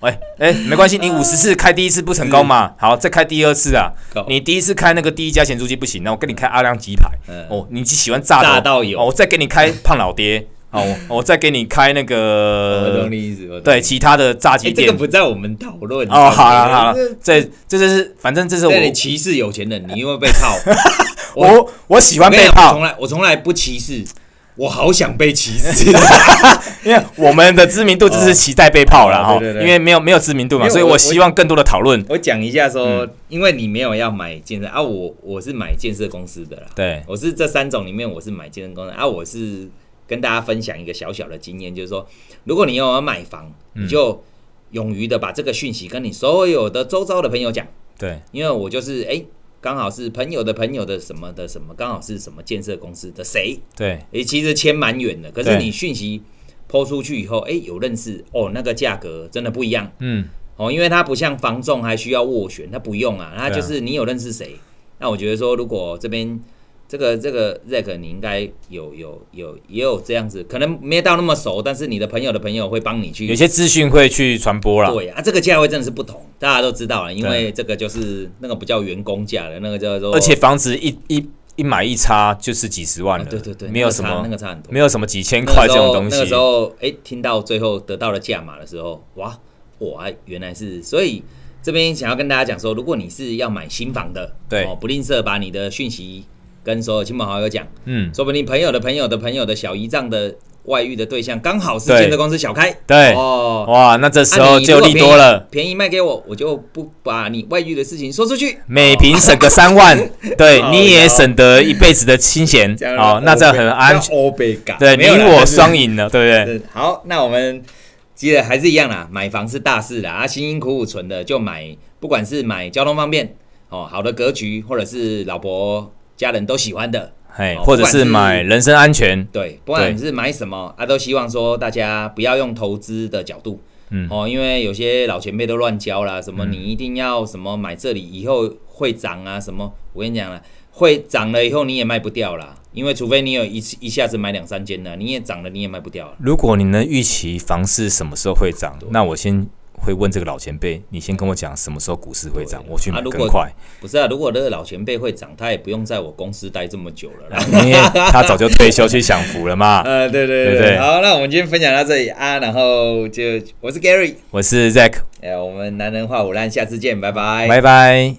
B: 哎哎，没关系，你五十次开第一次不成功
A: 嗯
B: 嘛，好，再开第二次啊
A: 搞。
B: 你第一次开那个第一家咸猪鸡不行，那我给你开阿亮鸡排
A: 嗯。
B: 哦，你只喜欢炸的
A: 炸到有
B: 哦，我再给你开胖老爹。哦，我我再给你开那
A: 我懂
B: 个，
A: 你意思，我懂
B: 对，
A: 你意思，
B: 其他的炸
A: 哎，
B: 鸡
A: 这个
B: 店。
A: 不在我们讨论
B: 哦，好了好了
A: 这，
B: 这这就是，反正这是我
A: 这里歧视有钱人，你因为被套，我
B: 我我喜欢
A: 我跟你
B: 啊被
A: 讲我
B: 泡
A: 从，来我从来不歧视，我好想被歧视，
B: 因为我们的知名度就是期待被泡了
A: 哦
B: 哈，
A: 对对对
B: 因为没有没有知名度
A: 因
B: 嘛，
A: 为
B: 所以
A: 我
B: 我希望更多的讨论。
A: 我讲一下说，因为你没有要买健身啊，我我是买健身公司的啦。
B: 对，
A: 我是这三种里面，我是买健身公司啊，我是跟大家分享一个小小的经验，就是说，如果你有要买房，你就勇于的把这个讯息跟你所有的周遭的朋友讲，
B: 对，
A: 因为我就是哎，刚、好是朋友的朋友的什么的什么，刚好是什么建设公司的谁，
B: 对，
A: 诶、其实签蛮远的，可是
B: 对
A: 你讯息抛出去以后，哎、有认识哦，那个价格真的不一样
B: 嗯，
A: 哦，因为它不像房仲还需要斡旋，它不用啊，它
B: 对
A: 就
B: 啊
A: 是你有认识谁。那我觉得说，如果这边这个这个 Zack 你应该有有有也有这样子，可能没到那么熟，但是你的朋友的朋友会帮你去
B: 有些资讯会去传播啦。
A: 对啊，这个价位真的是不同，大家都知道了，啊因为这个就是那个不叫员工价的，那个叫做
B: 而且房子一一一买一差就是几十万
A: 啊
B: 了，
A: 对对对，
B: 没有
A: 那个
B: 什
A: 差那
B: 么
A: 个差很多。
B: 没有什么几千
A: 那
B: 块
A: 个
B: 这
A: 时
B: 种
A: 候
B: 东
A: 那个
B: 西
A: 时。候，哎、听到最后得到了价码的时候，哇，哇，原来是，所以这边想要跟大家讲说，如果你是要买新房的，
B: 对
A: 哦，不吝啬把你的讯息跟所有亲朋好友讲，
B: 嗯，
A: 说不定朋友的朋友的朋友的小姨丈的外遇的对象刚好是
B: 对
A: 建设公司小开，
B: 对，
A: 哦，
B: 哇，那这时候
A: 啊你
B: 就
A: 如果
B: 利多了，
A: 便宜，便宜卖给我，我就不把你外遇的事情说出去。
B: 每平省个三万，对，
A: 哦
B: 你也
A: 有
B: 省得一辈子的 清闲
A: 这样
B: 哦，那这样很安全，，
A: 欧贝嘎，
B: 对你
A: 没有啦
B: 我
A: 但是
B: 双赢了，对不对？
A: 是 好，那我们接着还是一样啦，买房是大事啦，啊，辛辛苦苦存的就买，不管是买交通方便哦，好的格局，或者是老婆家人都喜欢的，
B: 哎，
A: 哦
B: 或
A: 不
B: 者
A: 管
B: 是
A: 是
B: 买人身安全，
A: 对，不管
B: 对
A: 是买什么啊，都希望说大家不要用投资的角度。
B: 嗯
A: 哦，因为有些老前辈都乱教啦，什么你一定要什么买这里以后会涨啊，什么我跟你讲了，会涨了以后你也卖不掉啦，因为除非你有一次一下子买两三间呢，你也涨了你也卖不掉了。
B: 如果你能预期房市什么时候会涨，那我先会问这个老前辈，你先跟我讲什么时候股市会涨，我去
A: 啊
B: 买
A: 如
B: 更
A: 果
B: 快。
A: 不是啊，如果那个老前辈会涨，他也不用在我公司待这么久了 啦。
B: 因为他早就退休去享福了 嘛。
A: 呃，对对
B: 对对
A: 好，那我们今天分享到这里啊，然后就我是 Gary，
B: 我是 Zack，
A: 哎、我们男人话五烂，下次见，拜拜，
B: 拜拜。